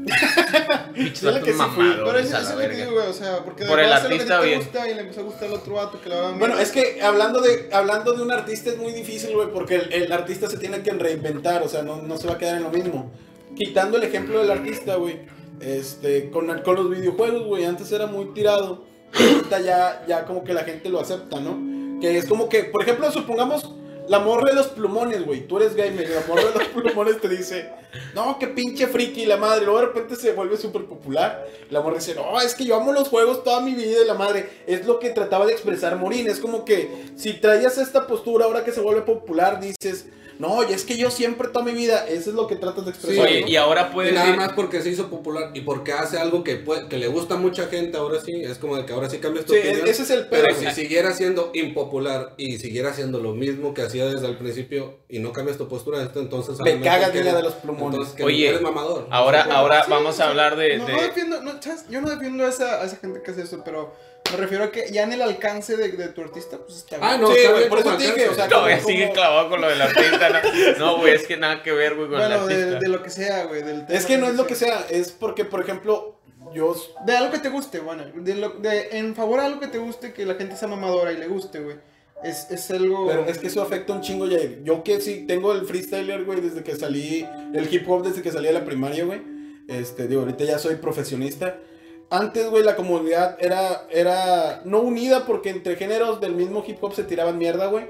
[SPEAKER 2] Pinches
[SPEAKER 1] Dile
[SPEAKER 2] vatos
[SPEAKER 1] que sí, güey.
[SPEAKER 2] mamadores
[SPEAKER 1] Pero eso, eso
[SPEAKER 2] a la
[SPEAKER 1] es lo que
[SPEAKER 2] verga.
[SPEAKER 1] digo, güey, o sea, porque de
[SPEAKER 2] Por el
[SPEAKER 1] verdad es lo que
[SPEAKER 2] artista,
[SPEAKER 1] a ti te
[SPEAKER 2] bien.
[SPEAKER 1] gusta y le empezó a gustar al otro vato que le hablaba
[SPEAKER 4] Bueno,
[SPEAKER 1] mierda.
[SPEAKER 4] es que hablando de, hablando de un artista es muy difícil, güey, porque el, el artista se tiene que reinventar, o sea, no, no se va a quedar en lo mismo. Quitando el ejemplo del artista, güey, este, con, con los videojuegos, güey, antes era muy tirado, ahorita ya, ya como que la gente lo acepta, ¿no? Que es como que, por ejemplo, supongamos la morra de los plumones, güey, tú eres gamer, y la morra de los plumones te dice, No, qué pinche friki la madre. Luego de repente se vuelve súper popular. La morra dice, no, es que yo amo los juegos toda mi vida y la madre. Es lo que trataba de expresar Morín. Es como que si traías esta postura ahora que se vuelve popular, dices, no, y es que yo siempre toda mi vida. Eso es lo que tratas de expresar.
[SPEAKER 2] Oye,
[SPEAKER 4] ¿no?
[SPEAKER 2] y ahora
[SPEAKER 3] Y
[SPEAKER 2] puedes
[SPEAKER 3] nada
[SPEAKER 2] ir-
[SPEAKER 3] más porque se hizo popular y porque hace algo que, puede- que le gusta a mucha gente ahora sí, es como de que ahora sí cambias tu
[SPEAKER 4] Sí,
[SPEAKER 3] opinión.
[SPEAKER 4] ese es el pedo.
[SPEAKER 3] pero si siguiera siendo impopular y siguiera haciendo lo mismo que hacía desde el principio y no cambias tu postura, esto entonces
[SPEAKER 4] Me
[SPEAKER 3] realmente
[SPEAKER 4] cagas,
[SPEAKER 3] que-
[SPEAKER 4] dile de los plumones.
[SPEAKER 3] entonces que
[SPEAKER 2] Oye, Ah,
[SPEAKER 3] eres mamador.
[SPEAKER 2] Ahora, ahora
[SPEAKER 1] Sí,
[SPEAKER 2] vamos
[SPEAKER 1] sí.
[SPEAKER 2] a hablar de...
[SPEAKER 1] No,
[SPEAKER 2] de-
[SPEAKER 1] no defiendo, no, chas, yo no defiendo a esa, a esa gente que hace eso, pero me refiero a que ya en el alcance de, de tu artista, pues está
[SPEAKER 3] Ah,
[SPEAKER 1] bien.
[SPEAKER 3] no,
[SPEAKER 4] Sí,
[SPEAKER 3] está
[SPEAKER 4] güey,
[SPEAKER 3] bien,
[SPEAKER 4] por eso
[SPEAKER 3] como
[SPEAKER 4] te dije,
[SPEAKER 3] alcance.
[SPEAKER 4] o sea,
[SPEAKER 2] No, güey,
[SPEAKER 4] como-
[SPEAKER 2] sigue clavado con lo del artista. ¿no? No, güey, es que nada que ver, güey, con el
[SPEAKER 1] Bueno,
[SPEAKER 2] artista.
[SPEAKER 1] de, de lo que sea, güey. del tema
[SPEAKER 4] Es que no es lo que sea. Es porque, por ejemplo, yo...
[SPEAKER 1] De algo que te guste, bueno. De lo, de, en favor a algo que te guste, que la gente sea mamadora y le guste, güey. Es, es algo.
[SPEAKER 4] Pero es que eso afecta un chingo, Jair. Yo que sí, tengo el freestyler, güey, desde que salí, el hip hop desde que salí de la primaria, güey. Este, digo, ahorita ya soy profesionista. Antes, güey, la comunidad era, era no unida porque entre géneros del mismo hip hop se tiraban mierda, güey.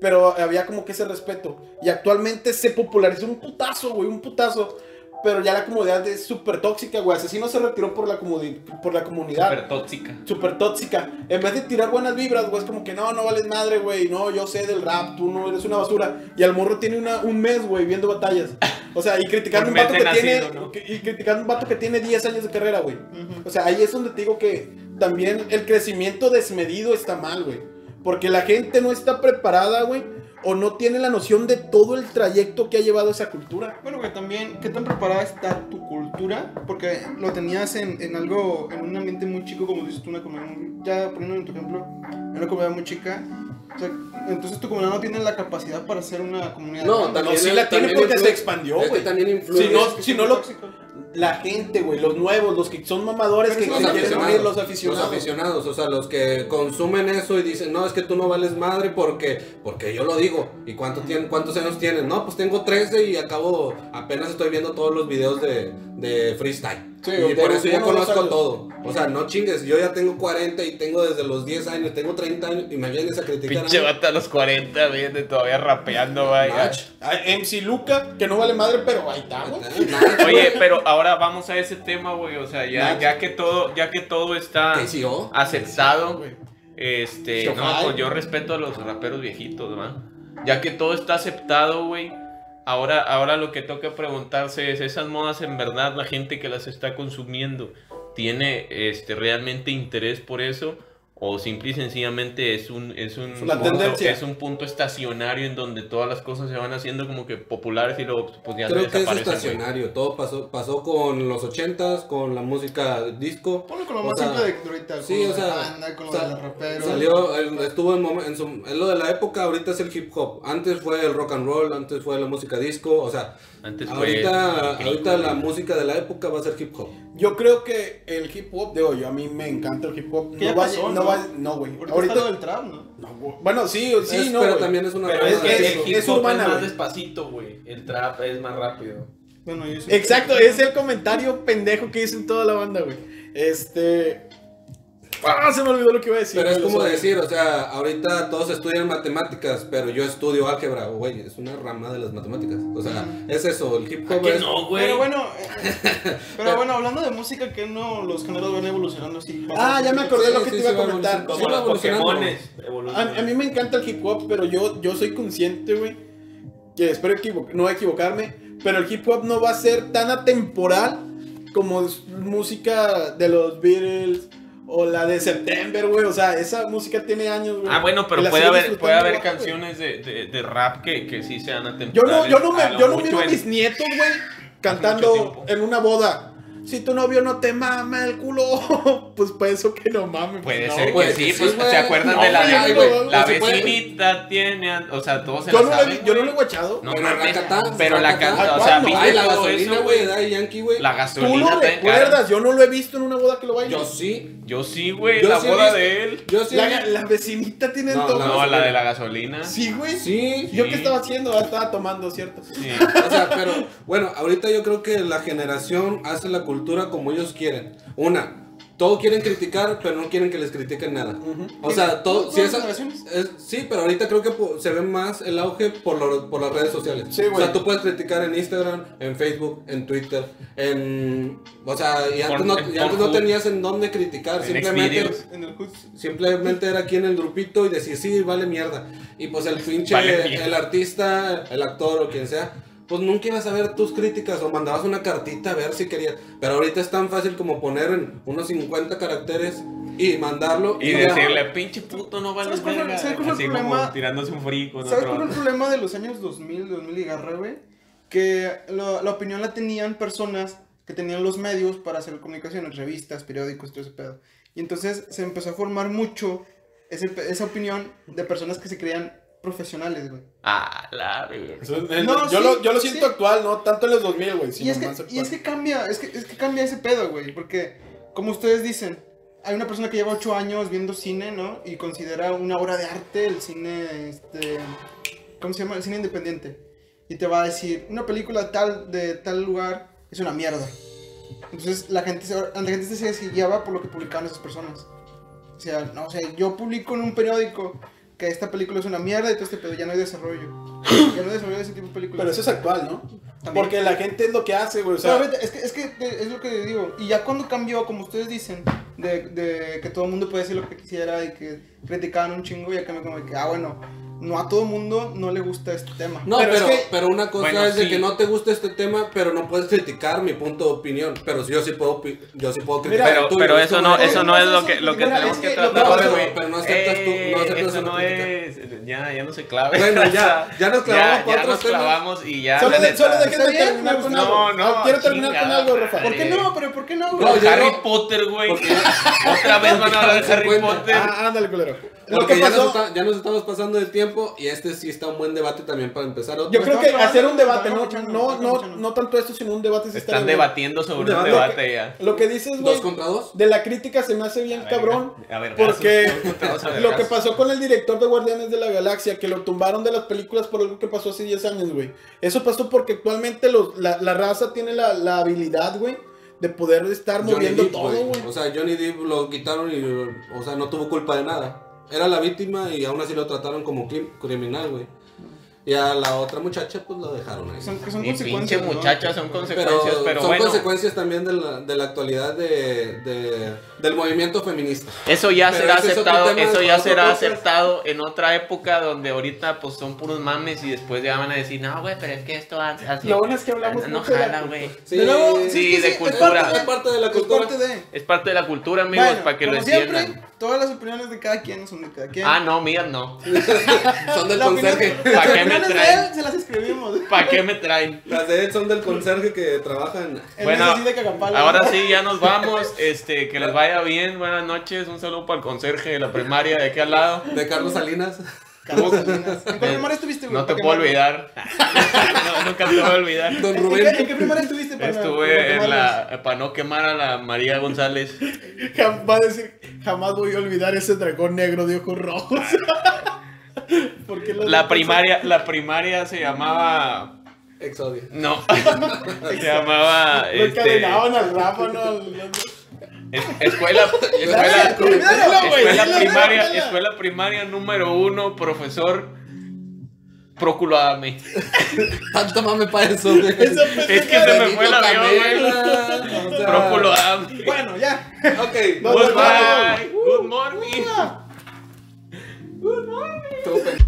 [SPEAKER 4] Pero había como que ese respeto. Y actualmente se popularizó un putazo, güey, un putazo. Pero ya la comunidad es súper tóxica, güey. Asesino se retiró por la, comuni- por la comunidad
[SPEAKER 2] Súper tóxica.
[SPEAKER 4] súper tóxica. En vez de tirar buenas vibras, güey, es como que no, no vales madre, güey. No, yo sé del rap, tú no eres una basura. Y al morro tiene una, un mes, güey, viendo batallas. O sea, y criticando un
[SPEAKER 2] Un mes
[SPEAKER 4] vato que
[SPEAKER 2] de nacido,
[SPEAKER 4] tiene.
[SPEAKER 2] ¿no?
[SPEAKER 4] que- Y criticando un vato que tiene 10 años de carrera, güey.
[SPEAKER 1] Ujú.
[SPEAKER 4] O sea, ahí es donde te digo que también el crecimiento desmedido está mal, güey. Porque la gente no está preparada, güey. O no tiene la noción de todo el trayecto que ha llevado esa cultura.
[SPEAKER 1] Bueno, güey, también, ¿qué tan preparada está tu cultura? Porque lo tenías en, en algo, en un ambiente muy chico, como dices tú, una comunidad, muy- ya poniéndolo en tu ejemplo, en una comunidad muy chica. O sea, entonces tu comunidad no tiene la capacidad para ser una comunidad.
[SPEAKER 3] No,
[SPEAKER 1] grande.
[SPEAKER 3] también
[SPEAKER 4] sí la tiene
[SPEAKER 3] también
[SPEAKER 4] porque
[SPEAKER 3] influye-
[SPEAKER 4] se expandió,
[SPEAKER 3] es que
[SPEAKER 4] güey.
[SPEAKER 3] también influye.
[SPEAKER 4] Si no,
[SPEAKER 1] Es que
[SPEAKER 4] si
[SPEAKER 1] es
[SPEAKER 4] no
[SPEAKER 1] muy
[SPEAKER 4] lo,
[SPEAKER 1] tóxico.
[SPEAKER 4] la gente, güey, los nuevos, los que son mamadores que
[SPEAKER 1] Pero
[SPEAKER 4] se
[SPEAKER 1] son
[SPEAKER 4] quieren unir, los
[SPEAKER 3] Los
[SPEAKER 4] aficionados.
[SPEAKER 3] aficionados, o sea, los que consumen eso y dicen, no, es que tú no vales madre porque, porque yo lo digo. ¿Y cuánto tienen, cuántos años tienes? No, pues tengo 13 y acabo, apenas estoy viendo todos los videos de, de freestyle.
[SPEAKER 4] Sí,
[SPEAKER 3] y
[SPEAKER 4] de
[SPEAKER 3] por eso ya
[SPEAKER 4] uno o dos
[SPEAKER 3] conozco
[SPEAKER 4] años.
[SPEAKER 3] todo. O sea, no chingues, yo ya tengo 40 y tengo desde los 10 años, tengo 30 años y me vienes a criticar.
[SPEAKER 2] Pinche
[SPEAKER 3] a mí.
[SPEAKER 2] vato a los 40, viene todavía rapeando, vaya.
[SPEAKER 3] Nach,
[SPEAKER 4] Hay MC Luca, que no vale madre, pero ahí está, güey.
[SPEAKER 3] Nach,
[SPEAKER 2] Oye, pero ahora vamos a ese tema, güey. O sea, ya,
[SPEAKER 4] Nacho.
[SPEAKER 2] ya que todo, ya que todo está
[SPEAKER 3] KCO.
[SPEAKER 2] Ah, aceptado, este, no,
[SPEAKER 4] Shofai.
[SPEAKER 2] pues yo respeto a los raperos viejitos, ¿verdad? Ya que todo está aceptado, güey. Ahora, ahora lo que toca preguntarse es, ¿esas modas en verdad la gente que las está consumiendo tiene este, realmente interés por eso? ¿O simple y sencillamente es un, es, un
[SPEAKER 4] Una tendencia.
[SPEAKER 2] es un punto estacionario en donde todas las cosas se van haciendo como que populares y luego pues ya
[SPEAKER 3] Creo que es
[SPEAKER 2] desaparecen, güey?
[SPEAKER 3] estacionario, todo pasó, pasó con los 80s, con la música disco.
[SPEAKER 1] Ponlo con lo
[SPEAKER 3] O
[SPEAKER 1] más
[SPEAKER 3] sea,
[SPEAKER 1] simple de ahorita.
[SPEAKER 3] sí,
[SPEAKER 1] con
[SPEAKER 3] o
[SPEAKER 1] la
[SPEAKER 3] sea,
[SPEAKER 1] banda, con lo
[SPEAKER 3] o sea,
[SPEAKER 1] de los raperos.
[SPEAKER 3] Salió, el- estuvo en, momen- en su, en lo de la época, ahorita es el hip hop. Antes fue el rock and roll, antes fue la música disco, o sea,
[SPEAKER 2] Antes fue
[SPEAKER 3] ahorita,
[SPEAKER 2] gringo,
[SPEAKER 3] ahorita la
[SPEAKER 2] güey.
[SPEAKER 3] música de la época va a ser hip hop.
[SPEAKER 4] Yo creo que el hip hop, digo yo, a mí me encanta el hip hop.
[SPEAKER 1] ¿Qué
[SPEAKER 4] No
[SPEAKER 1] ya
[SPEAKER 4] va,
[SPEAKER 1] pasó,
[SPEAKER 4] no
[SPEAKER 1] no?
[SPEAKER 4] va, no, güey.
[SPEAKER 1] Ahorita,
[SPEAKER 4] Ahorita,
[SPEAKER 1] está lo del trap, ¿no?
[SPEAKER 4] no, güey. bueno, sí, Pues sí,
[SPEAKER 3] Es-
[SPEAKER 4] no,
[SPEAKER 3] pero
[SPEAKER 4] güey.
[SPEAKER 3] también es una
[SPEAKER 5] Pero es
[SPEAKER 3] rama
[SPEAKER 5] que
[SPEAKER 3] de
[SPEAKER 5] el
[SPEAKER 3] disco.
[SPEAKER 5] hip
[SPEAKER 4] es
[SPEAKER 5] hop
[SPEAKER 4] urbana,
[SPEAKER 5] es más
[SPEAKER 4] güey.
[SPEAKER 5] despacito, güey. El trap es más rápido.
[SPEAKER 1] Bueno, yo sí.
[SPEAKER 4] Exacto, es el comentario pendejo que dicen toda la banda, güey. Este. ¡Ah! Se me olvidó lo que iba a decir.
[SPEAKER 3] Pero es
[SPEAKER 4] güey,
[SPEAKER 3] como
[SPEAKER 4] lo sé.
[SPEAKER 3] decir, o sea, ahorita todos estudian matemáticas, pero yo estudio álgebra, güey, es una rama de las matemáticas. O sea,
[SPEAKER 1] Mm.
[SPEAKER 3] es eso, el hip
[SPEAKER 5] ¿A
[SPEAKER 3] hop
[SPEAKER 5] que
[SPEAKER 3] es...
[SPEAKER 5] no, güey?
[SPEAKER 1] Pero bueno, eh, pero bueno, hablando de música, que no los géneros van evolucionando así.
[SPEAKER 4] Ah, ya me acordé
[SPEAKER 3] Sí,
[SPEAKER 4] lo
[SPEAKER 3] sí,
[SPEAKER 4] que te
[SPEAKER 3] sí,
[SPEAKER 4] iba a
[SPEAKER 3] va
[SPEAKER 4] comentar.
[SPEAKER 3] evolucionando.
[SPEAKER 5] Como
[SPEAKER 3] sí,
[SPEAKER 5] los
[SPEAKER 3] va evolucionando.
[SPEAKER 5] Pokémones.
[SPEAKER 4] A, a mí me encanta el hip hop, pero yo, yo soy consciente, güey, que espero equivo- no equivocarme, pero el hip hop no va a ser tan atemporal como es música de los Beatles o la de September, güey. O sea, esa música tiene años, güey.
[SPEAKER 2] Ah, bueno,
[SPEAKER 4] Y
[SPEAKER 2] pero
[SPEAKER 4] la
[SPEAKER 2] puede
[SPEAKER 4] sigo
[SPEAKER 2] haber,
[SPEAKER 4] disfrutando
[SPEAKER 2] puede haber
[SPEAKER 4] igual, güey.
[SPEAKER 2] canciones de, de, de rap que, que sí sean
[SPEAKER 4] Yo no,
[SPEAKER 2] atemporales.
[SPEAKER 4] yo no, me,
[SPEAKER 2] a lo
[SPEAKER 4] yo no
[SPEAKER 2] mucho
[SPEAKER 4] miro a
[SPEAKER 2] en-
[SPEAKER 4] mis nietos, güey,
[SPEAKER 2] tiempo.
[SPEAKER 4] cantando en una boda. Si tu novio no te mama el culo, pues pienso que no mames.
[SPEAKER 2] Puede
[SPEAKER 4] no,
[SPEAKER 2] ser
[SPEAKER 4] güey.
[SPEAKER 2] que
[SPEAKER 3] güey,
[SPEAKER 2] sí,
[SPEAKER 3] sí,
[SPEAKER 2] pues
[SPEAKER 3] güey.
[SPEAKER 2] se acuerdan
[SPEAKER 3] No,
[SPEAKER 2] de la
[SPEAKER 4] güey,
[SPEAKER 2] de
[SPEAKER 4] güey,
[SPEAKER 2] la
[SPEAKER 3] no se puede.
[SPEAKER 2] vecinita tiene, a- o sea, todos se
[SPEAKER 4] Yo
[SPEAKER 2] la
[SPEAKER 4] no, lo
[SPEAKER 2] saben.
[SPEAKER 4] he- yo no lo he
[SPEAKER 2] güey.
[SPEAKER 4] guachado.
[SPEAKER 2] No
[SPEAKER 3] Pero
[SPEAKER 2] mames,
[SPEAKER 3] Rakatá,
[SPEAKER 2] pero la
[SPEAKER 3] Rakatá.
[SPEAKER 2] canción, o sea,
[SPEAKER 4] ¿Cuándo?
[SPEAKER 2] viste
[SPEAKER 3] Ay, la
[SPEAKER 2] todo
[SPEAKER 3] gasolina,
[SPEAKER 2] eso,
[SPEAKER 3] güey,
[SPEAKER 2] güey.
[SPEAKER 3] de Daddy Yankee, güey.
[SPEAKER 2] La
[SPEAKER 4] Tú lo
[SPEAKER 2] gasolina te
[SPEAKER 4] recuerdas, yo no lo he visto en una boda que lo bailen.
[SPEAKER 3] Yo sí.
[SPEAKER 2] Yo sí, güey,
[SPEAKER 3] Yo
[SPEAKER 2] la
[SPEAKER 3] sí
[SPEAKER 2] boda
[SPEAKER 3] vi-
[SPEAKER 2] de él.
[SPEAKER 3] Yo sí.
[SPEAKER 4] La, la vecinita tiene
[SPEAKER 3] No,
[SPEAKER 4] todo.
[SPEAKER 2] No, la de la gasolina.
[SPEAKER 4] Sí, güey.
[SPEAKER 3] Sí.
[SPEAKER 4] ¿Yo
[SPEAKER 2] Sí.
[SPEAKER 4] qué estaba haciendo? Ah, estaba tomando, ¿cierto?
[SPEAKER 2] Sí.
[SPEAKER 3] O sea, pero bueno, ahorita yo creo que la generación hace la cultura como ellos quieren. Una, todo quieren criticar, pero no quieren que les critiquen nada. O sea, todo.
[SPEAKER 1] Todas
[SPEAKER 3] Si esa-
[SPEAKER 1] generaciones.
[SPEAKER 3] es- sí, pero ahorita creo que po- se ve más el auge por, lo- por las redes sociales.
[SPEAKER 4] Sí, güey.
[SPEAKER 3] O sea, tú puedes criticar en Instagram, en Facebook, en Twitter, en. O sea, y antes,
[SPEAKER 2] Por-
[SPEAKER 3] no,
[SPEAKER 2] en
[SPEAKER 3] y antes no
[SPEAKER 2] Pornhub.
[SPEAKER 3] tenías en dónde criticar.
[SPEAKER 2] En
[SPEAKER 3] simplemente.
[SPEAKER 2] Xvideos.
[SPEAKER 1] En el hood.
[SPEAKER 3] Simplemente era aquí en el grupito y decir, sí, vale mierda. Y pues el pinche,
[SPEAKER 2] Vale mierda.
[SPEAKER 3] el artista, el actor o quien sea, pues nunca ibas a ver tus críticas o mandabas una cartita a ver si querías. Pero ahorita es tan fácil como poner en unos 50 caracteres y mandarlo.
[SPEAKER 2] Y
[SPEAKER 3] ya.
[SPEAKER 2] decirle, pinche puto, no vale
[SPEAKER 1] ¿Sabes cuál fue-
[SPEAKER 2] verga.
[SPEAKER 1] sabes cuál fue el
[SPEAKER 2] Así como
[SPEAKER 1] problema?
[SPEAKER 2] tirándose un frico. ¿no?
[SPEAKER 1] ¿Sabes
[SPEAKER 2] Pero-
[SPEAKER 1] cuál es el problema de los años 2000, 2000 y garra, güey? Que la, la opinión la tenían personas que tenían los medios para hacer comunicaciones, revistas, periódicos, todo ese pedo. Y entonces se empezó a formar mucho ese pe- esa opinión de personas que se creían profesionales, güey.
[SPEAKER 2] Ah, la verga.
[SPEAKER 4] Eso es- es-
[SPEAKER 1] No,
[SPEAKER 4] yo,
[SPEAKER 1] sí,
[SPEAKER 4] lo, yo lo
[SPEAKER 1] sí.
[SPEAKER 4] siento actual, no tanto en los 2000, güey.
[SPEAKER 1] Y
[SPEAKER 4] sino
[SPEAKER 1] es, que,
[SPEAKER 4] más
[SPEAKER 1] y es
[SPEAKER 4] actual.
[SPEAKER 1] que cambia, es que, es que cambia ese pedo, güey. Porque, como ustedes dicen, hay una persona que lleva ocho años viendo cine, ¿no? Y considera una obra de arte el cine, este... ¿Cómo se llama? El cine independiente. Y te va a decir, una película tal de tal lugar es una mierda. Entonces, la gente se, la gente se guiaba por lo que publicaban esas personas. O sea, no, o sea, yo publico en un periódico que esta película es una mierda y todo este pedo, ya no hay desarrollo. ya no hay desarrollo de ese tipo de películas.
[SPEAKER 4] Pero eso es actual, ¿no?
[SPEAKER 1] También.
[SPEAKER 4] Porque la gente es lo que hace, güey. O sea,
[SPEAKER 1] Pero vete, es que, es que te- es lo que digo. Y ya cuando cambió, como ustedes dicen, de, de que todo el mundo puede decir lo que quisiera y que criticaban un chingo, ya cambió como de que, ah, bueno, no a todo el mundo no le gusta este tema.
[SPEAKER 3] No,
[SPEAKER 4] Pero
[SPEAKER 3] pero,
[SPEAKER 4] es
[SPEAKER 3] pero,
[SPEAKER 4] que-
[SPEAKER 3] una cosa
[SPEAKER 2] Bueno,
[SPEAKER 3] es de
[SPEAKER 2] sí.
[SPEAKER 3] que no te gusta este tema, pero no puedes criticar mi punto de opinión. Pero sí, yo sí puedo, opi- yo sí puedo criticar. el
[SPEAKER 2] Pero,
[SPEAKER 3] tuyo,
[SPEAKER 2] pero
[SPEAKER 3] es
[SPEAKER 2] eso
[SPEAKER 3] como-
[SPEAKER 2] no,
[SPEAKER 1] güey,
[SPEAKER 2] eso eh, no es lo
[SPEAKER 1] eso
[SPEAKER 2] que, lo que
[SPEAKER 1] ninguna
[SPEAKER 2] tenemos
[SPEAKER 1] vez
[SPEAKER 2] que
[SPEAKER 1] que lo
[SPEAKER 2] tratar,
[SPEAKER 1] veo,
[SPEAKER 2] güey.
[SPEAKER 3] pero no aceptas tú- no
[SPEAKER 2] Eh,
[SPEAKER 3] aceptas
[SPEAKER 2] eso
[SPEAKER 3] una
[SPEAKER 2] no
[SPEAKER 3] crítica.
[SPEAKER 2] es, ya, ya no se clave.
[SPEAKER 3] Bueno, ya, ya nos clavamos
[SPEAKER 2] ya, ya
[SPEAKER 3] cuatro
[SPEAKER 2] nos
[SPEAKER 3] temas.
[SPEAKER 2] clavamos y ya.
[SPEAKER 4] solo,
[SPEAKER 2] la
[SPEAKER 4] de-
[SPEAKER 2] neta.
[SPEAKER 4] solo déjenme
[SPEAKER 1] Está bien,
[SPEAKER 4] terminar
[SPEAKER 1] me
[SPEAKER 4] con
[SPEAKER 1] gustó.
[SPEAKER 4] algo. Ah,
[SPEAKER 2] No, no,
[SPEAKER 4] Quiero terminar con
[SPEAKER 2] chingada
[SPEAKER 4] algo, Rafa.
[SPEAKER 2] madre.
[SPEAKER 1] ¿Por qué no? ¿Pero por qué no, güey?
[SPEAKER 3] No,
[SPEAKER 2] Con
[SPEAKER 3] yo
[SPEAKER 2] Harry
[SPEAKER 3] no-
[SPEAKER 2] Potter, güey. Otra vez van a hablar de Harry
[SPEAKER 3] 50.
[SPEAKER 2] Potter.
[SPEAKER 4] Ah, ándale, culero. Lo
[SPEAKER 3] Porque
[SPEAKER 4] que
[SPEAKER 3] ya nos,
[SPEAKER 4] pasó.
[SPEAKER 3] está- ya nos estamos pasando del tiempo y este sí está un buen debate también para empezar otro.
[SPEAKER 4] Yo creo que
[SPEAKER 1] Estamos
[SPEAKER 4] hacer un
[SPEAKER 1] hablando,
[SPEAKER 4] debate,
[SPEAKER 1] estamos
[SPEAKER 4] no,
[SPEAKER 1] escuchando,
[SPEAKER 4] no,
[SPEAKER 1] estamos
[SPEAKER 4] no,
[SPEAKER 1] escuchando.
[SPEAKER 4] no tanto esto, sino un debate. sí
[SPEAKER 2] Están
[SPEAKER 4] estaría bien.
[SPEAKER 2] debatiendo sobre un
[SPEAKER 4] Lo que-
[SPEAKER 2] debate ya.
[SPEAKER 4] Lo que dices, güey.
[SPEAKER 3] ¿Dos contra dos?
[SPEAKER 4] De la crítica se me hace bien
[SPEAKER 2] A ver,
[SPEAKER 4] cabrón.
[SPEAKER 2] a ver,
[SPEAKER 4] porque
[SPEAKER 2] gasos, puta, vamos a ver,
[SPEAKER 4] lo que
[SPEAKER 2] gasos.
[SPEAKER 4] pasó con el director de Guardianes de la Galaxia, que lo tumbaron de las películas por algo que pasó hace 10 años, güey. Eso pasó porque actualmente los, la, la raza tiene la, la habilidad, güey, de poder estar
[SPEAKER 3] Johnny
[SPEAKER 4] moviendo
[SPEAKER 3] Depp,
[SPEAKER 4] todo,
[SPEAKER 3] güey.
[SPEAKER 4] güey.
[SPEAKER 3] O sea, Johnny Depp lo quitaron y, o sea, no tuvo culpa de nada. Era la víctima y aún así lo trataron como crim- criminal, güey. Y a la otra muchacha, pues la dejaron ahí.
[SPEAKER 1] Son, que son
[SPEAKER 2] Y pinche
[SPEAKER 1] consecuencias. ¿no?
[SPEAKER 2] muchachas son
[SPEAKER 3] Pero,
[SPEAKER 2] consecuencias, pero,
[SPEAKER 3] son
[SPEAKER 2] bueno.
[SPEAKER 3] consecuencias también de la, de la actualidad de, de- del movimiento feminista.
[SPEAKER 2] Eso ya
[SPEAKER 3] Pero
[SPEAKER 2] será
[SPEAKER 3] ese es otro
[SPEAKER 2] aceptado,
[SPEAKER 3] tema,
[SPEAKER 2] eso ya
[SPEAKER 3] otro
[SPEAKER 2] será
[SPEAKER 3] podcast.
[SPEAKER 2] aceptado en otra época donde ahorita pues son puros mames y después ya van a decir, no, güey, pero es que esto hace... hace-
[SPEAKER 4] Lo bueno es que hablamos
[SPEAKER 2] No
[SPEAKER 4] mucho de la
[SPEAKER 2] jala, güey.
[SPEAKER 3] Sí,
[SPEAKER 1] De nuevo, sí,
[SPEAKER 2] Sí,
[SPEAKER 1] es que
[SPEAKER 2] de
[SPEAKER 1] sí,
[SPEAKER 2] cultura.
[SPEAKER 1] Es parte de,
[SPEAKER 3] Es parte de la
[SPEAKER 1] es
[SPEAKER 3] cultura.
[SPEAKER 1] parte de-
[SPEAKER 2] Es parte de la cultura, amigos,
[SPEAKER 1] Bueno,
[SPEAKER 2] para que lo
[SPEAKER 1] como siempre,
[SPEAKER 2] entiendan.
[SPEAKER 1] todas las opiniones de cada quien son de cada quien.
[SPEAKER 2] Ah, no, mías no.
[SPEAKER 3] son del
[SPEAKER 1] La opinión-
[SPEAKER 3] conserje.
[SPEAKER 2] ¿Para
[SPEAKER 1] las
[SPEAKER 2] qué me
[SPEAKER 1] opiniones de
[SPEAKER 2] traen?
[SPEAKER 1] él se las escribimos.
[SPEAKER 2] ¿Para qué me traen?
[SPEAKER 3] Las de él son del conserje que trabajan.
[SPEAKER 1] En
[SPEAKER 2] Bueno,
[SPEAKER 1] ese sí de Cagapalo.
[SPEAKER 2] Ahora sí, ya nos vamos. Este, que les vaya bien. Buenas noches. Un saludo para el conserje de la primaria de aquí al lado.
[SPEAKER 3] De Carlos Salinas.
[SPEAKER 1] Carlos Salinas. ¿En cuál primaria estuviste, güey?
[SPEAKER 2] eh, No te
[SPEAKER 1] Para que
[SPEAKER 2] puedo olvidar. No, nunca te voy a olvidar.
[SPEAKER 3] Don
[SPEAKER 1] ¿En qué,
[SPEAKER 3] Rubén.
[SPEAKER 1] en qué primaria estuviste? para- para
[SPEAKER 2] Estuve en
[SPEAKER 1] tomarlas?
[SPEAKER 2] la. eh, Para no quemar a la María González.
[SPEAKER 4] Jam- Va a decir, jamás voy a olvidar ese dragón negro de ojos rojos. Porque
[SPEAKER 2] La primaria, la primaria se llamaba.
[SPEAKER 3] Exodio.
[SPEAKER 2] No. Se llamaba.
[SPEAKER 4] Lo
[SPEAKER 2] Este,
[SPEAKER 4] encadenaban al Rafa, ¿no? Al- al-
[SPEAKER 2] es- escuela. Escuela.
[SPEAKER 4] Dilo, güey,
[SPEAKER 2] Escuela
[SPEAKER 4] dilo,
[SPEAKER 2] primaria,
[SPEAKER 4] dilo.
[SPEAKER 2] escuela primaria número uno, profesor. Proculadame.
[SPEAKER 3] Tanto mame para eso, güey.
[SPEAKER 4] Esa pendeja
[SPEAKER 2] E. Es que se me
[SPEAKER 4] de-
[SPEAKER 2] fue el avión, güey.
[SPEAKER 3] Canela, o sea,
[SPEAKER 2] Proculadame.
[SPEAKER 1] Bueno, ya.
[SPEAKER 3] Ok, pues,
[SPEAKER 4] No, no, no.
[SPEAKER 2] Goodbye. Good morning.
[SPEAKER 3] tú, pendejo.